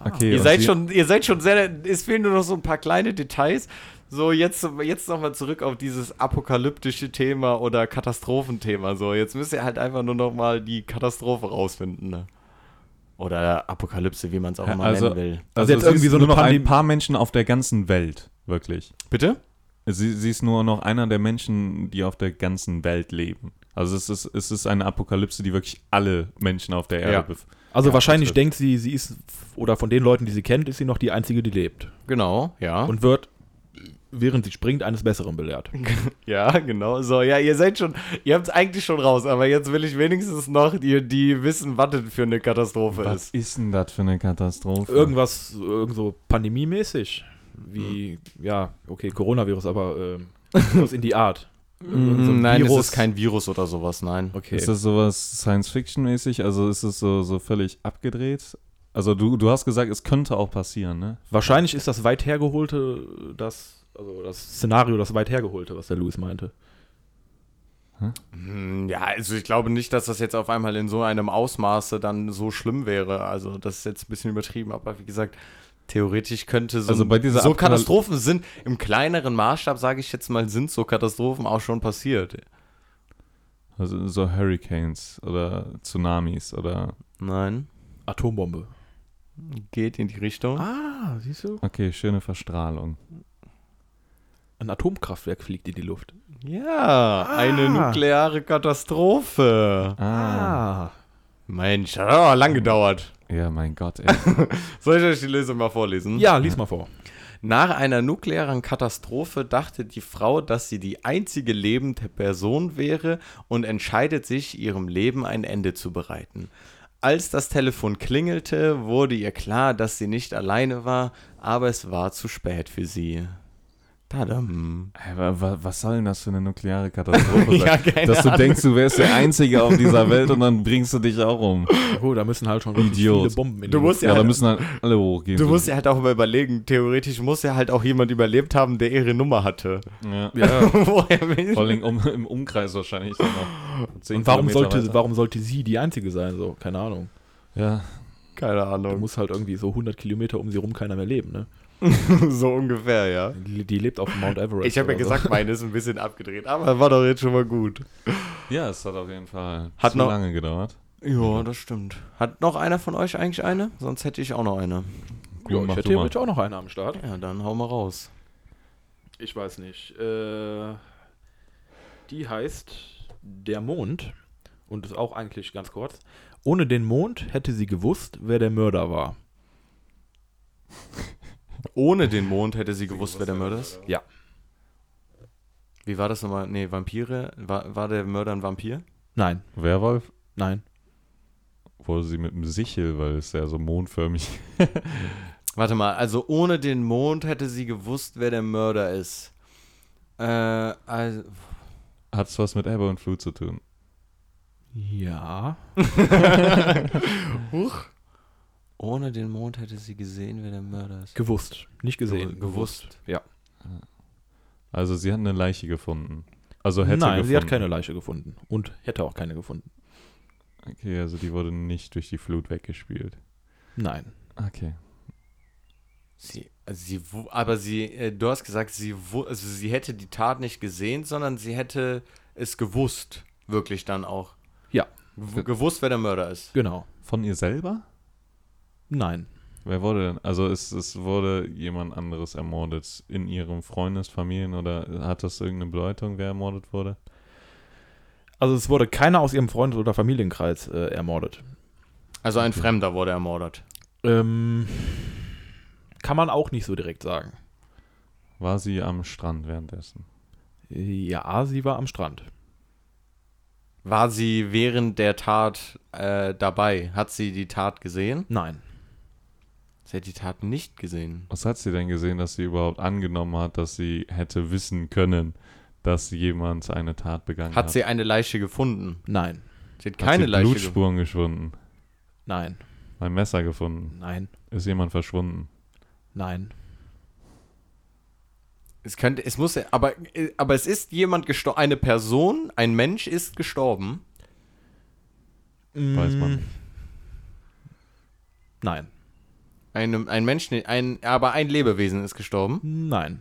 Speaker 2: Okay,
Speaker 1: Ah. Ihr
Speaker 2: und
Speaker 1: seid,
Speaker 2: sie-
Speaker 1: schon, ihr seid schon sehr. Es fehlen nur noch so ein paar kleine Details. So, jetzt, jetzt nochmal zurück auf dieses apokalyptische Thema oder Katastrophenthema. So, jetzt müsst ihr halt einfach nur nochmal die Katastrophe rausfinden. Ne? Oder Apokalypse, wie man es auch
Speaker 2: Ja,
Speaker 1: immer
Speaker 2: also-
Speaker 1: nennen will.
Speaker 3: Also jetzt
Speaker 2: es
Speaker 3: irgendwie
Speaker 2: ist
Speaker 3: so eine
Speaker 2: nur noch ein
Speaker 3: Pandemie-
Speaker 2: paar Menschen auf der ganzen Welt, wirklich.
Speaker 1: Bitte?
Speaker 2: Sie, sie ist nur noch einer der Menschen, die auf der ganzen Welt leben. Also es ist, es ist eine Apokalypse, die wirklich alle Menschen auf der Erde
Speaker 1: Ja.
Speaker 2: bef-
Speaker 3: Also
Speaker 2: Ja,
Speaker 3: wahrscheinlich
Speaker 2: das-
Speaker 3: denkt sie, sie ist, oder von den Leuten, die sie kennt, ist sie noch die einzige, die lebt.
Speaker 1: Genau, ja.
Speaker 3: Und wird, während sie springt, eines Besseren belehrt.
Speaker 1: Mhm. [LAUGHS] Ja, genau. So, ja, ihr seid schon, ihr habt es eigentlich schon raus, aber jetzt will ich wenigstens noch, die, die wissen, was das für eine Katastrophe
Speaker 2: Was
Speaker 1: ist.
Speaker 2: ist denn das für eine Katastrophe?
Speaker 3: Irgendwas, irgend so pandemiemäßig. Wie, ja, okay, Coronavirus, aber ähm, was in die Art. Irgend so ein
Speaker 1: Mm, Nein,
Speaker 3: Virus.
Speaker 1: es ist kein Also Virus oder sowas, nein.
Speaker 3: Okay.
Speaker 2: Ist das sowas Science-Fiction-mäßig? Also ist es so, so völlig abgedreht? Also du, du hast gesagt, es könnte auch passieren, ne?
Speaker 3: Wahrscheinlich ist das weit hergeholte, das, also das Szenario, das weit hergeholte, was der Louis meinte.
Speaker 1: Hm, Ja, also ich glaube nicht, dass das jetzt auf einmal in so einem Ausmaße dann so schlimm wäre. Also das ist jetzt ein bisschen übertrieben, aber wie gesagt, theoretisch könnte so,
Speaker 2: Also bei dieser
Speaker 1: so
Speaker 2: Abknall-
Speaker 1: Katastrophen sind, im kleineren Maßstab, sage ich jetzt mal, sind so Katastrophen auch schon passiert.
Speaker 2: Also so Hurricanes oder Tsunamis oder...
Speaker 1: Nein,
Speaker 3: Atombombe.
Speaker 1: geht in die Richtung.
Speaker 3: Ah, siehst du?
Speaker 2: Okay, schöne Verstrahlung.
Speaker 3: Ein Atomkraftwerk fliegt in die Luft.
Speaker 1: Ja, eine
Speaker 3: Ah.
Speaker 1: nukleare Katastrophe. Ah. Mensch, hat aber lang gedauert.
Speaker 2: Ja, mein Gott, ey.
Speaker 1: Soll ich euch die Lösung mal vorlesen?
Speaker 3: Ja, lies mal vor.
Speaker 1: Nach einer nuklearen Katastrophe dachte die Frau, dass sie die einzige lebende Person wäre und entscheidet sich, ihrem Leben ein Ende zu bereiten. Als das Telefon klingelte, wurde ihr klar, dass sie nicht alleine war, aber es war zu spät für sie. Tadam.
Speaker 2: Ey, wa- wa- Was soll denn das für
Speaker 1: [LAUGHS]
Speaker 2: eine nukleare Katastrophe sein?
Speaker 1: Ja, keine
Speaker 2: Dass du
Speaker 1: Ahnung.
Speaker 2: denkst, du wärst der Einzige auf
Speaker 1: [LAUGHS]
Speaker 2: dieser Welt und dann bringst du dich auch um.
Speaker 3: Oh, da müssen halt schon wirklich
Speaker 2: Idiot.
Speaker 3: viele Bomben in
Speaker 1: Du
Speaker 3: die
Speaker 1: musst
Speaker 3: Luft.
Speaker 1: ja,
Speaker 2: Ja, da müssen halt alle hochgehen.
Speaker 1: du musst ja halt auch mal überlegen, theoretisch muss ja halt auch jemand überlebt haben, der ihre Nummer hatte. [LAUGHS]
Speaker 2: ja.
Speaker 3: Ja.
Speaker 1: Woher willst
Speaker 2: [LAUGHS] Vor allem um, im Umkreis wahrscheinlich. dann noch zehn
Speaker 3: Und warum
Speaker 2: Kilometer
Speaker 3: sollte,
Speaker 2: weiter.
Speaker 3: warum sollte sie die einzige sein? So, keine Ahnung.
Speaker 2: Ja,
Speaker 1: Keine
Speaker 3: Da
Speaker 1: Ahnung.
Speaker 3: muss halt irgendwie so 100 Kilometer um sie rum keiner mehr leben, ne?
Speaker 1: [LAUGHS] so ungefähr, ja.
Speaker 3: Die die lebt auf dem Mount Everest.
Speaker 1: Ich habe ja
Speaker 3: oder so.
Speaker 1: gesagt, meine ist ein bisschen abgedreht, aber war doch jetzt schon mal gut.
Speaker 2: ja, es hat auf jeden Fall
Speaker 1: Hat
Speaker 2: zu
Speaker 1: noch-
Speaker 2: lange gedauert.
Speaker 1: Ja, das stimmt. Hat noch einer von euch eigentlich eine? Sonst hätte ich auch noch eine.
Speaker 2: Cool,
Speaker 3: ja, ich
Speaker 2: mach du
Speaker 3: hätte
Speaker 2: mal.
Speaker 3: theoretisch auch noch einen am Start.
Speaker 1: Ja, dann hau mal raus.
Speaker 3: Ich weiß nicht. Äh, die heißt Der Mond und ist auch eigentlich ganz kurz. Ohne den Mond hätte sie gewusst, wer der Mörder war.
Speaker 1: Ohne den Mond hätte sie gewusst, wer der Mörder ist.
Speaker 3: Ja.
Speaker 1: Wie war das nochmal? Nee, Vampire? War, war der Mörder ein Vampir?
Speaker 3: Nein,
Speaker 2: Werwolf
Speaker 3: nein.
Speaker 2: wurde sie mit dem Sichel, weil es ja so mondförmig [LAUGHS]
Speaker 1: Warte mal, also ohne den Mond hätte sie gewusst, wer der Mörder ist. Äh, also.
Speaker 2: hat es was mit Ebbe und Flut zu tun.
Speaker 3: Ja.
Speaker 1: Ohne den Mond hätte sie gesehen, wer der Mörder ist.
Speaker 3: Gewusst. Nicht gesehen.
Speaker 1: gewusst.
Speaker 2: Also sie hat eine Leiche gefunden. Also hätte
Speaker 3: Nein, sie hat keine
Speaker 2: gefunden.
Speaker 3: Leiche gefunden. Und hätte auch keine gefunden.
Speaker 2: Okay, also die wurde nicht durch die Flut weggespielt.
Speaker 3: Nein.
Speaker 2: Okay.
Speaker 1: Sie, also sie, wu- aber sie, äh, du hast gesagt, sie, wu- also sie hätte die Tat nicht gesehen, sondern sie hätte es gewusst, wirklich dann auch.
Speaker 3: Ja.
Speaker 1: W gewusst, wer der Mörder ist.
Speaker 3: Genau.
Speaker 2: Von ihr selber?
Speaker 3: Nein.
Speaker 2: Wer wurde denn? Also es, es wurde jemand anderes ermordet in ihrem Freundes, Familien oder hat das irgendeine Bedeutung, wer ermordet wurde?
Speaker 3: Also es wurde keiner aus ihrem Freundes- oder Familienkreis äh, ermordet.
Speaker 1: Also ein Fremder wurde ermordet.
Speaker 3: Ähm, kann man auch nicht so direkt sagen.
Speaker 2: War sie am Strand währenddessen?
Speaker 3: Ja, sie war am Strand.
Speaker 1: War sie während der Tat äh, dabei? Hat sie die Tat gesehen?
Speaker 3: Nein.
Speaker 1: Sie hat die Tat nicht gesehen.
Speaker 2: Was hat sie denn gesehen, dass sie überhaupt angenommen hat, dass sie hätte wissen können, dass jemand eine Tat begangen hat?
Speaker 1: Hat sie eine Leiche gefunden?
Speaker 3: Nein.
Speaker 1: Sie hat
Speaker 2: Hat
Speaker 1: keine
Speaker 2: sie
Speaker 1: Leiche gefunden.
Speaker 2: Blutspuren geschwunden?
Speaker 3: Nein.
Speaker 2: Ein Messer gefunden?
Speaker 3: Nein.
Speaker 2: Ist jemand verschwunden?
Speaker 3: Nein.
Speaker 1: Es könnte, es muss, ja- aber, äh, aber es ist jemand gestorben, eine Person, ein Mensch ist gestorben.
Speaker 2: Weiß man.
Speaker 3: Mm,
Speaker 2: nicht.
Speaker 3: Nein.
Speaker 1: Ein, ein Mensch, nee, ein, aber ein Lebewesen ist gestorben.
Speaker 3: Nein.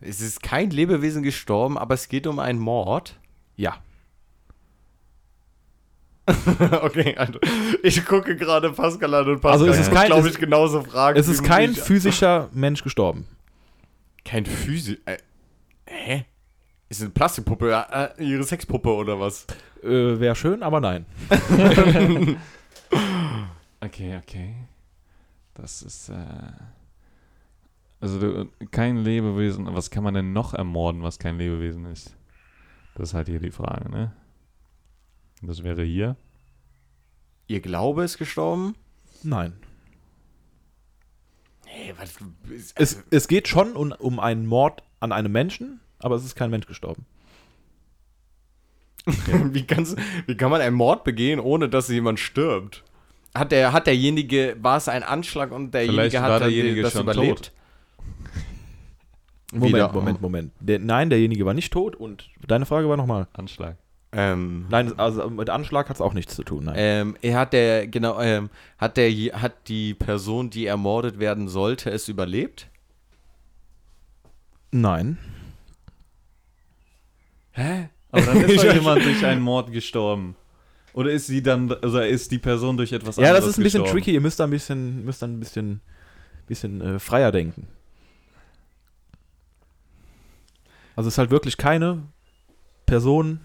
Speaker 1: Es ist kein Lebewesen gestorben, aber es geht um einen Mord.
Speaker 3: Ja.
Speaker 1: [LAUGHS] okay, also ich gucke gerade Pascal an und
Speaker 3: Also
Speaker 1: Pascal
Speaker 3: es ist
Speaker 1: muss,
Speaker 3: kein-
Speaker 1: glaube
Speaker 3: es-
Speaker 1: ich, genauso fragen.
Speaker 3: Es ist
Speaker 1: wie
Speaker 3: kein
Speaker 1: mich.
Speaker 3: physischer Mensch gestorben.
Speaker 1: Kein Physi... Äh, hä? Ist eine Plastikpuppe, äh, äh, ihre Sexpuppe oder was?
Speaker 3: Äh, Wäre schön, aber nein.
Speaker 2: Okay, okay. Das ist. Äh, also du, kein Lebewesen. Was kann man denn noch ermorden, was kein Lebewesen ist? Das ist halt hier die Frage, ne? Das wäre hier.
Speaker 1: Ihr Glaube ist gestorben?
Speaker 3: Nein.
Speaker 1: Nee, was... Ist,
Speaker 3: Es, es geht schon un, um einen Mord an einem Menschen, aber es ist kein Mensch gestorben.
Speaker 1: [LAUGHS] Wie, kann's, wie kann man einen Mord begehen, ohne dass jemand stirbt? Hat, der, hat derjenige, war es ein Anschlag und derjenige
Speaker 2: Vielleicht
Speaker 1: hat
Speaker 2: war
Speaker 1: dann
Speaker 2: derjenige
Speaker 1: das
Speaker 2: schon
Speaker 1: überlebt?
Speaker 2: tot.
Speaker 3: Moment,
Speaker 1: Wieder-
Speaker 3: Moment, Moment. Der, nein, derjenige war nicht tot und deine Frage war nochmal.
Speaker 2: Anschlag.
Speaker 1: Ähm,
Speaker 3: Nein, also mit Anschlag hat es auch nichts zu tun. Nein.
Speaker 1: ähm, er hat der, genau, ähm, hat der, hat die Person, die ermordet werden sollte, es überlebt?
Speaker 3: nein.
Speaker 2: Hä? Aber dann ist doch jemand durch einen Mord gestorben. Oder ist sie dann, also ist die Person durch etwas
Speaker 3: Ja,
Speaker 2: anderes
Speaker 3: das ist ein bisschen
Speaker 2: gestorben?
Speaker 3: tricky. Ihr müsst da ein bisschen, müsst da ein bisschen, bisschen äh, freier denken. Also es ist halt wirklich keine Person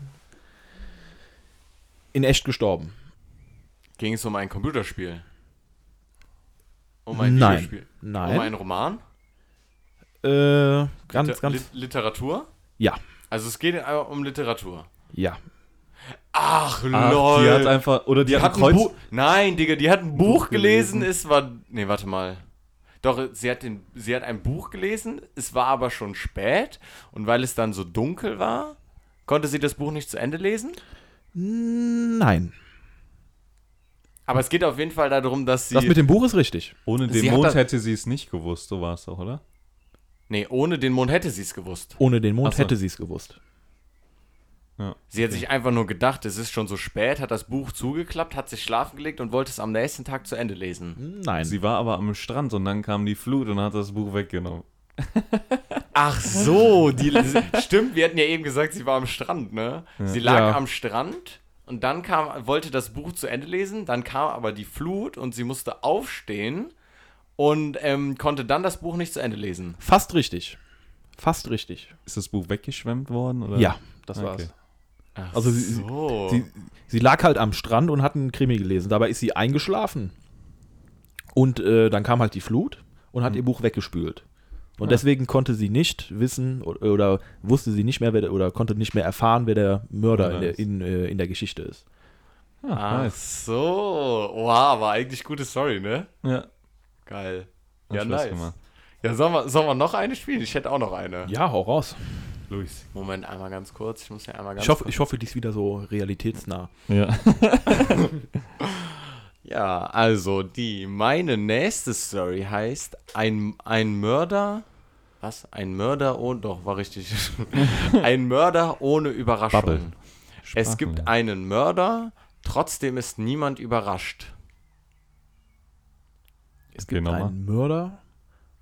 Speaker 3: in echt gestorben.
Speaker 1: Ging es um ein Computerspiel? Um
Speaker 3: Nein.
Speaker 1: Videospiel?
Speaker 2: Oh
Speaker 1: Um
Speaker 3: Nein.
Speaker 1: einen Roman?
Speaker 3: äh, ganz,
Speaker 1: Liter-
Speaker 3: ganz.
Speaker 1: Lit- Literatur?
Speaker 3: Ja,
Speaker 1: Also es geht äh, um Literatur.
Speaker 3: ja.
Speaker 1: Ach,
Speaker 2: Ach,
Speaker 1: lol.
Speaker 2: die hat einfach, oder die,
Speaker 1: Die
Speaker 2: hat
Speaker 1: hat
Speaker 2: ein
Speaker 1: ein
Speaker 2: Kreuz.
Speaker 1: Buch. Nein, Digga, die hat ein Buch gelesen, es war. Nee, warte mal. Doch, sie hat, den, sie hat ein Buch gelesen, es war aber schon spät und weil es dann so dunkel war, konnte sie das Buch nicht zu Ende lesen.
Speaker 3: Nein.
Speaker 1: Aber es geht auf jeden Fall darum, dass sie.
Speaker 3: Das mit dem Buch ist richtig.
Speaker 2: Ohne
Speaker 1: Sie
Speaker 2: den
Speaker 1: hat
Speaker 2: Mond
Speaker 1: da-
Speaker 2: hätte sie es nicht gewusst, so war es doch, oder?
Speaker 1: nee, ohne den Mond hätte sie es gewusst.
Speaker 3: Ohne den Mond
Speaker 2: Ach so.
Speaker 3: hätte sie es gewusst.
Speaker 1: Sie hat sich einfach nur gedacht, es ist schon so spät, hat das Buch zugeklappt, hat sich schlafen gelegt und wollte es am nächsten Tag zu Ende lesen.
Speaker 3: Nein.
Speaker 2: Sie war aber am Strand und dann kam die Flut und hat das Buch weggenommen.
Speaker 1: Ach so, die, stimmt, wir hatten ja eben gesagt, sie war am Strand, ne? Sie lag
Speaker 3: Ja.
Speaker 1: am Strand und dann kam, wollte das Buch zu Ende lesen, dann kam aber die Flut und sie musste aufstehen und ähm, konnte dann das Buch nicht zu Ende lesen.
Speaker 3: Fast richtig. Fast richtig.
Speaker 2: Ist das Buch weggeschwemmt worden? Oder?
Speaker 3: Ja, das
Speaker 2: Äh, Okay.
Speaker 3: war's.
Speaker 1: Ach
Speaker 3: Also sie- sie-
Speaker 1: so.
Speaker 3: Sie, sie lag halt am Strand und hat einen Krimi gelesen. Dabei ist sie eingeschlafen. Und äh, dann kam halt die Flut und hat ihr Buch weggespült. Und deswegen konnte sie nicht wissen oder, oder wusste sie nicht mehr wer, der- oder konnte nicht mehr erfahren, wer der Mörder in der, in, äh, in der Geschichte ist.
Speaker 2: Ah,
Speaker 1: Ach
Speaker 2: nice.
Speaker 1: so. Wow, war eigentlich gute Story, ne?
Speaker 2: Ja,
Speaker 1: Geil.
Speaker 2: Hat
Speaker 1: Ja,
Speaker 2: Spaß
Speaker 1: nice.
Speaker 2: gemacht.
Speaker 1: Ja, sollen wir, sollen wir noch eine spielen? Ich hätte auch noch eine.
Speaker 3: Ja, hau raus.
Speaker 2: Luis.
Speaker 1: Moment, einmal ganz kurz. Ich muss ja einmal ganz
Speaker 3: Ich hoffe,
Speaker 1: kurz.
Speaker 3: ich hoffe, die ist wieder so realitätsnah.
Speaker 2: [LAUGHS] Ja.
Speaker 1: Ja, also die meine nächste Story heißt ein, ein Mörder. Was? Ein Mörder ohne. Doch, war richtig. [LAUGHS] ein Mörder ohne Überraschung.
Speaker 2: Bubble.
Speaker 1: Es gibt
Speaker 2: Sprachenlernen.
Speaker 1: einen Mörder, trotzdem ist niemand überrascht.
Speaker 3: Es
Speaker 2: Okay,
Speaker 3: gibt
Speaker 2: nochmal.
Speaker 3: einen Mörder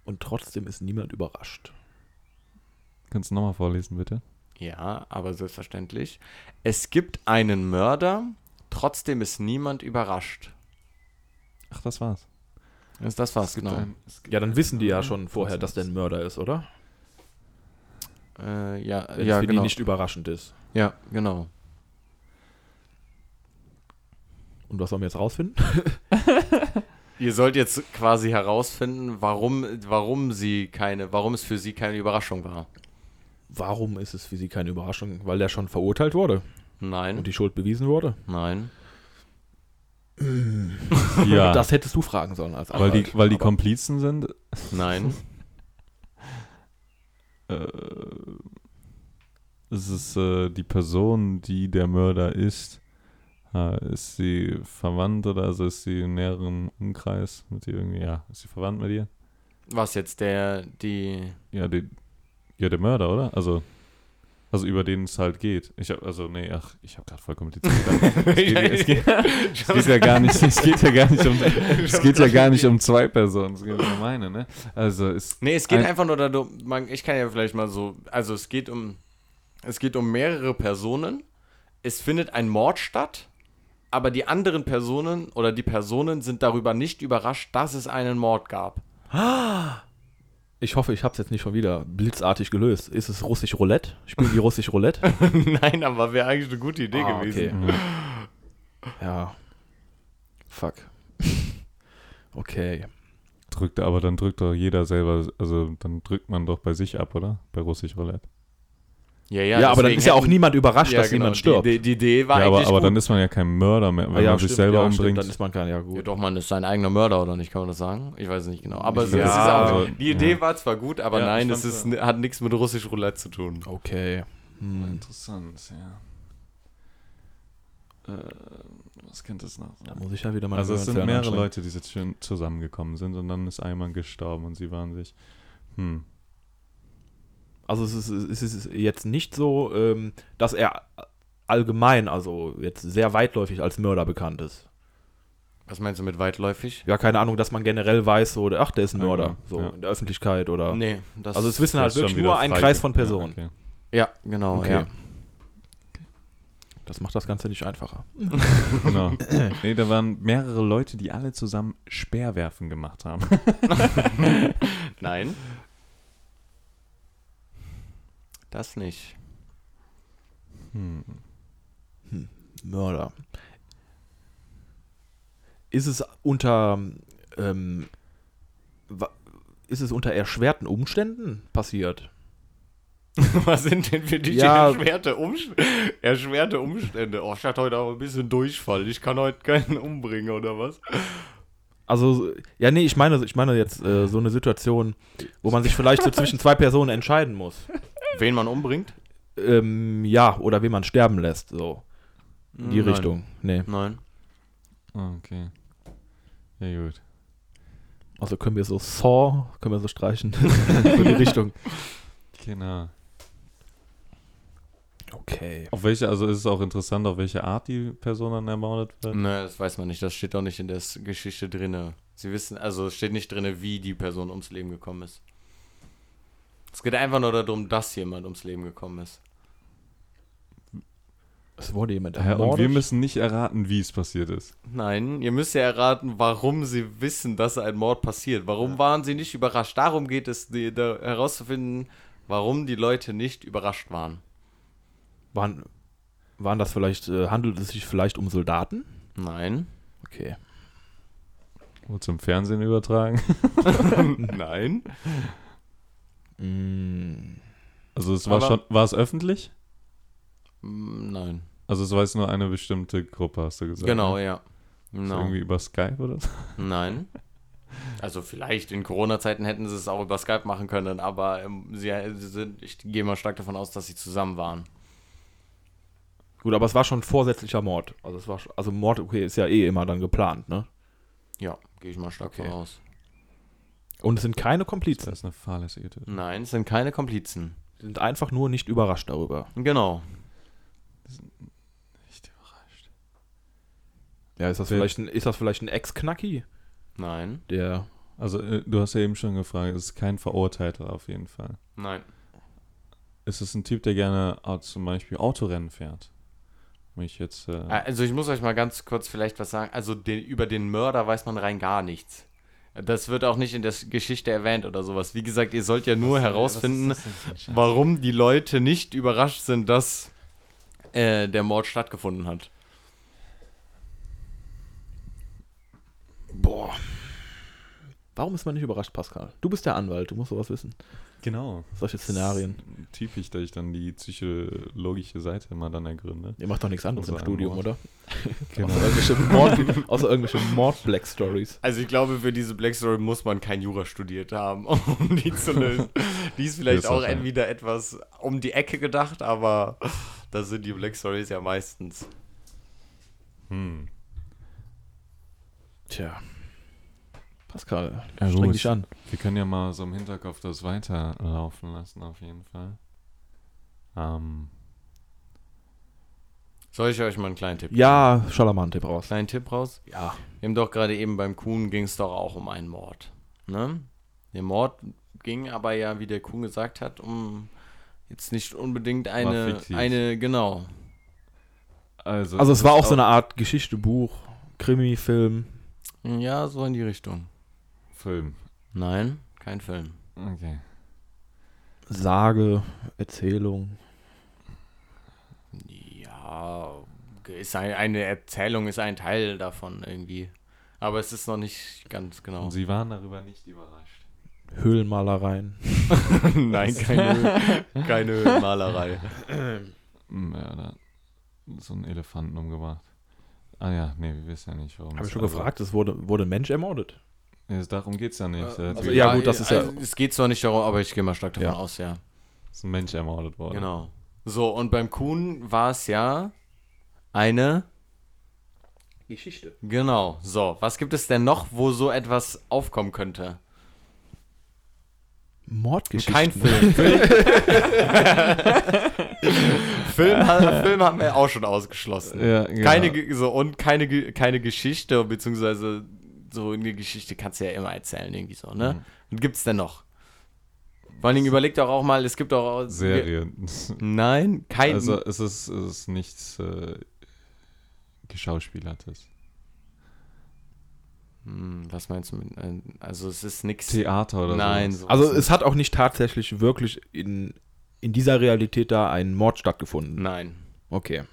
Speaker 3: und trotzdem ist niemand überrascht.
Speaker 2: Kannst du nochmal vorlesen, bitte?
Speaker 1: Ja, aber selbstverständlich. Es gibt einen Mörder, trotzdem ist niemand überrascht.
Speaker 2: Ach, das war's.
Speaker 1: Also das war's, genau.
Speaker 2: Ein- es gibt-
Speaker 3: Ja, dann wissen die ja schon vorher, dass der ein Mörder ist, oder?
Speaker 1: Äh, ja,
Speaker 3: Wenn
Speaker 1: ja,
Speaker 3: es für
Speaker 1: genau.
Speaker 3: die nicht überraschend ist.
Speaker 1: ja, genau.
Speaker 3: Und was sollen wir jetzt rausfinden?
Speaker 1: Ihr sollt jetzt quasi herausfinden, warum, warum sie keine, warum es für sie keine Überraschung war.
Speaker 3: Warum ist es für sie keine Überraschung? Weil der schon verurteilt wurde
Speaker 1: Nein.
Speaker 3: und die Schuld bewiesen wurde.
Speaker 1: Nein.
Speaker 2: Ja,
Speaker 3: [LAUGHS] Das hättest du fragen sollen als
Speaker 2: weil,
Speaker 3: Anwalt.
Speaker 2: die, weil die
Speaker 3: Aber
Speaker 2: Komplizen sind.
Speaker 3: [LAUGHS]
Speaker 1: Nein.
Speaker 2: Äh, es ist äh, die Person, die der Mörder ist. Äh, ist sie verwandt oder also ist sie in näherem Umkreis mit dir irgendwie? Ja, ist sie verwandt mit dir?
Speaker 1: Was jetzt der,
Speaker 3: [LAUGHS]
Speaker 1: die.
Speaker 2: Ja, die, ja der Mörder, oder? Also, also über den es halt geht. Ich hab, also, nee, ach, ich habe gerade voll kompliziert. Es geht, es
Speaker 3: [LAUGHS]
Speaker 2: geht, es geht ja gar nicht, es geht ja gar nicht um, es geht ja gar nicht um zwei Personen, es geht um eine, ne? Also ist
Speaker 1: Nee, es geht
Speaker 2: Ein-
Speaker 1: einfach nur darum, man, ich kann ja vielleicht mal so, also es geht um, es geht um mehrere Personen, es findet ein Mord statt, aber die anderen Personen oder die Personen sind darüber nicht überrascht, dass es einen Mord
Speaker 3: [LAUGHS]
Speaker 1: gab.
Speaker 3: Ich hoffe, ich habe es jetzt nicht schon wieder blitzartig gelöst. Ist es russisch Roulette? Spielen die russisch
Speaker 2: [LAUGHS]
Speaker 3: Roulette?
Speaker 2: Ah,
Speaker 1: Nein, aber wäre eigentlich eine gute Idee
Speaker 3: Ah,
Speaker 1: gewesen.
Speaker 3: ja. Fuck. [LAUGHS] Okay.
Speaker 2: Drückt, aber dann drückt doch jeder selber, also dann drückt man doch bei sich ab, oder? Bei Russisch Roulette.
Speaker 1: ja,
Speaker 3: Ja, aber dann
Speaker 1: deswegen
Speaker 3: ist ja auch
Speaker 1: hätten-
Speaker 3: niemand überrascht,
Speaker 1: ja,
Speaker 3: dass
Speaker 1: genau,
Speaker 3: jemand stirbt.
Speaker 1: Die, die, die Idee war
Speaker 2: Ja, aber,
Speaker 1: eigentlich
Speaker 2: aber
Speaker 1: gut.
Speaker 2: dann ist man ja kein Mörder mehr, wenn
Speaker 3: Ah, ja,
Speaker 2: man sich
Speaker 3: stimmt,
Speaker 2: selber
Speaker 3: ja, stimmt,
Speaker 2: umbringt.
Speaker 3: dann ist man kein, ja
Speaker 1: ja,
Speaker 3: gut.
Speaker 1: doch, man ist sein eigener Mörder, oder nicht? Kann man das sagen? Ich weiß es nicht genau. Aber
Speaker 2: Ich
Speaker 1: es
Speaker 2: glaub,
Speaker 1: ist
Speaker 3: ja,
Speaker 1: auch,
Speaker 2: also,
Speaker 1: die Idee
Speaker 2: ja.
Speaker 1: war zwar gut, aber
Speaker 2: Ja,
Speaker 1: nein,
Speaker 2: ich
Speaker 1: es ist,
Speaker 2: fand's,
Speaker 1: hat nichts mit russisch Roulette zu tun.
Speaker 3: Okay. Hm.
Speaker 2: Interessant, ja.
Speaker 3: Äh,
Speaker 2: was könnte das noch
Speaker 3: Da muss ich ja wieder mal
Speaker 2: Also
Speaker 3: eine
Speaker 2: es sind
Speaker 3: Gehirnzellen
Speaker 2: mehrere
Speaker 3: anstrengen.
Speaker 2: Leute, die jetzt schon zusammengekommen sind und dann ist einmal gestorben und sie waren sich, hm,
Speaker 3: Also es ist, es ist jetzt nicht so, ähm, dass er allgemein, also jetzt sehr weitläufig als Mörder bekannt ist.
Speaker 1: Was meinst du mit weitläufig?
Speaker 3: Ja, keine Ahnung, dass man generell weiß, so, ach, der ist ein
Speaker 2: Ja,
Speaker 3: Mörder,
Speaker 2: genau.
Speaker 3: so
Speaker 2: ja.
Speaker 3: in der Öffentlichkeit oder.
Speaker 1: Nee, das
Speaker 3: Also es wissen
Speaker 2: das
Speaker 3: halt
Speaker 2: ist schon
Speaker 3: wirklich
Speaker 2: wieder
Speaker 3: nur ein
Speaker 2: frei-
Speaker 3: Kreis von
Speaker 2: Ja,
Speaker 3: Personen.
Speaker 2: okay.
Speaker 1: Ja, genau.
Speaker 3: Okay.
Speaker 1: Ja.
Speaker 3: Das macht das Ganze nicht einfacher.
Speaker 2: Genau. [LAUGHS] nee, da waren mehrere Leute, die alle zusammen Speerwerfen gemacht haben. [LAUGHS]
Speaker 1: Nein. Das nicht. [LAUGHS]
Speaker 2: Hm.
Speaker 3: Mörder. Ist es unter ähm, wa- ist es unter erschwerten Umständen passiert?
Speaker 1: Was sind denn für dich
Speaker 3: Ja.
Speaker 1: erschwerte, Umst- erschwerte Umstände? Oh, ich hatte heute auch ein bisschen Durchfall. Ich kann heute keinen umbringen, oder was?
Speaker 3: Also, ja, nee, ich meine, ich meine jetzt äh, so eine Situation, wo man sich vielleicht so zwischen zwei Personen entscheiden muss.
Speaker 1: Wen man umbringt?
Speaker 3: Ähm, ja, oder wen man sterben lässt, so. In die
Speaker 1: Nein.
Speaker 3: Richtung. Nee.
Speaker 1: Nein.
Speaker 2: Okay. Ja, gut.
Speaker 3: Also können wir so Saw, können wir so streichen. [LAUGHS] in die Richtung.
Speaker 2: Genau.
Speaker 3: Okay.
Speaker 2: Auf welche, also ist es auch interessant, auf welche Art die Person dann ermordet wird?
Speaker 1: Nö, Ne, das weiß man nicht. Das steht auch nicht in der S- Geschichte drinne. Sie wissen, also es steht nicht drinne, wie die Person ums Leben gekommen ist. Es geht einfach nur darum, dass jemand ums Leben gekommen ist.
Speaker 3: Es wurde jemand
Speaker 2: Ja, und wir
Speaker 3: ermordet.
Speaker 2: müssen nicht erraten, wie es passiert ist.
Speaker 1: Nein, ihr müsst ja erraten, warum sie wissen, dass ein Mord passiert. Warum waren sie nicht überrascht? Darum geht es, die, da, herauszufinden, warum die Leute nicht überrascht waren.
Speaker 3: Waren, waren das vielleicht, äh, handelt es sich vielleicht um Soldaten?
Speaker 1: Nein.
Speaker 3: Okay.
Speaker 2: Wurde zum Fernsehen übertragen. [LAUGHS]
Speaker 1: Nein.
Speaker 3: Mm,
Speaker 2: Also es war
Speaker 1: Aber-
Speaker 2: schon, war es öffentlich?
Speaker 1: Mm, Nein.
Speaker 2: Also es weiß nur eine bestimmte Gruppe, hast du gesagt. ne?
Speaker 1: Genau, ja.
Speaker 2: Ist
Speaker 1: Genau.
Speaker 2: Irgendwie über Skype oder so?
Speaker 1: Nein. Also vielleicht in Corona-Zeiten hätten sie es auch über Skype machen können, aber ähm, sie, sie sind, ich gehe mal stark davon aus, dass sie zusammen waren.
Speaker 3: Gut, aber es war schon vorsätzlicher Mord. Also es war sch- also Mord, okay, ist ja eh immer dann geplant, ne?
Speaker 1: Ja, gehe ich mal stark
Speaker 3: Okay.
Speaker 1: davon aus.
Speaker 3: Und es sind keine
Speaker 2: Das
Speaker 3: Komplizen.
Speaker 2: ist eine fahrlässige Tötung.
Speaker 1: Nein, es sind keine Komplizen.
Speaker 3: Sie sind einfach nur nicht überrascht darüber.
Speaker 1: Genau.
Speaker 2: Nicht überrascht.
Speaker 3: Ja, ist das
Speaker 2: Wer-
Speaker 3: vielleicht ein, ist das vielleicht ein Ex-Knacki,
Speaker 1: Nein.
Speaker 3: der
Speaker 2: Also äh, du hast ja eben schon gefragt, es ist kein Verurteilter auf jeden Fall.
Speaker 1: Nein.
Speaker 2: Ist es ein Typ, der gerne au- zum Beispiel Autorennen fährt? Mich jetzt... Äh,
Speaker 1: Also ich muss euch mal ganz kurz vielleicht was sagen. Also den, über den Mörder weiß man rein gar nichts. Das wird auch nicht in der Geschichte erwähnt oder sowas. Wie gesagt, ihr sollt ja nur herausfinden, warum die Leute nicht überrascht sind, dass äh, der Mord stattgefunden hat.
Speaker 3: Boah. Warum ist man nicht überrascht, Pascal? Du bist der Anwalt, du musst sowas wissen.
Speaker 2: Genau.
Speaker 3: Solche Szenarien.
Speaker 2: Typisch, dass ich dann die psychologische Seite mal dann ergründe.
Speaker 3: Ihr macht doch nichts anderes
Speaker 2: Unser
Speaker 3: im Studium,
Speaker 2: Mord.
Speaker 3: oder?
Speaker 2: Genau.
Speaker 3: Außer irgendwelche Mord, außer irgendwelche Mord-Black-Stories.
Speaker 1: Also ich glaube, für diese Black Story muss man kein Jura studiert haben, [LAUGHS] um die zu lösen. Die ist vielleicht
Speaker 2: Das
Speaker 1: auch
Speaker 2: wahrscheinlich.
Speaker 1: entweder etwas um die Ecke gedacht, aber das sind die Black Stories ja meistens.
Speaker 2: Hm.
Speaker 3: Tja. Pascal,
Speaker 2: Ja,
Speaker 3: streng
Speaker 2: gut.
Speaker 3: dich an.
Speaker 2: Wir können ja mal so im Hinterkopf das weiterlaufen lassen, auf jeden Fall. Ähm,
Speaker 1: Soll ich euch mal einen kleinen Tipp
Speaker 3: Ja, Schalaman-Tipp raus.
Speaker 1: Kleinen Tipp raus?
Speaker 3: Ja.
Speaker 1: Wir haben doch gerade eben beim Kuhn ging es doch auch um einen Mord. Ne? Der Mord ging aber ja, wie der Kuhn gesagt hat, um jetzt nicht unbedingt eine,
Speaker 2: fiktiv.
Speaker 1: eine genau.
Speaker 2: Also,
Speaker 3: Also es war auch so eine Art Geschichte, Buch, Krimi, Film.
Speaker 1: Ja, so in die Richtung.
Speaker 2: Oh, Film.
Speaker 1: Nein, kein Film.
Speaker 2: Okay.
Speaker 3: Sage, Erzählung.
Speaker 1: Ja, ist ein, eine Erzählung ist ein Teil davon irgendwie. Aber es ist noch nicht ganz
Speaker 3: Oh.
Speaker 1: genau.
Speaker 2: Und Sie waren darüber nicht überrascht.
Speaker 3: Höhlenmalereien.
Speaker 1: [LAUGHS] Nein, [LAUGHS] keine, keine Malerei.
Speaker 2: Hm, Ja, da so einen Elefanten umgebracht. Ah ja, nee, wir wissen ja nicht, warum.
Speaker 3: Habe
Speaker 2: es-
Speaker 3: ich schon
Speaker 2: also,
Speaker 3: gefragt, es wurde, wurde ein Mensch ermordet.
Speaker 2: nee, es- darum geht's ja nicht. Äh,
Speaker 3: also ja, gut, das ist ja-
Speaker 1: Es geht zwar nicht darum, aber ich gehe mal stark davon
Speaker 3: Ja.
Speaker 1: aus, ja.
Speaker 2: ist ein Mensch ermordet worden.
Speaker 1: Genau. So, und beim Kuhn war es ja eine.
Speaker 3: Geschichte.
Speaker 1: Genau. So, was gibt es denn noch, wo so etwas aufkommen könnte?
Speaker 3: Mordgeschichte.
Speaker 1: Kein Film. Film, Film, ha- Film haben wir auch schon ausgeschlossen.
Speaker 2: Ja, genau.
Speaker 1: Keine, Ge- so, und keine, Ge- keine Geschichte, beziehungsweise so eine Geschichte kannst du ja immer erzählen, irgendwie so, ne?
Speaker 2: Mhm. Hm.
Speaker 1: Und gibt's denn noch? Vor allen Dingen überlegt doch auch mal, es gibt auch.
Speaker 2: Serie.
Speaker 1: Nein, [LAUGHS] kein.
Speaker 2: Also es ist, es ist nichts äh, Geschauspielertes.
Speaker 1: Hm, was meinst du mit. äh, Also, es ist nichts.
Speaker 2: Theater oder
Speaker 1: Nein,
Speaker 2: so.
Speaker 1: so
Speaker 3: Also es hat auch nicht tatsächlich wirklich in, in dieser Realität da ein Mord stattgefunden.
Speaker 1: Nein.
Speaker 3: Okay.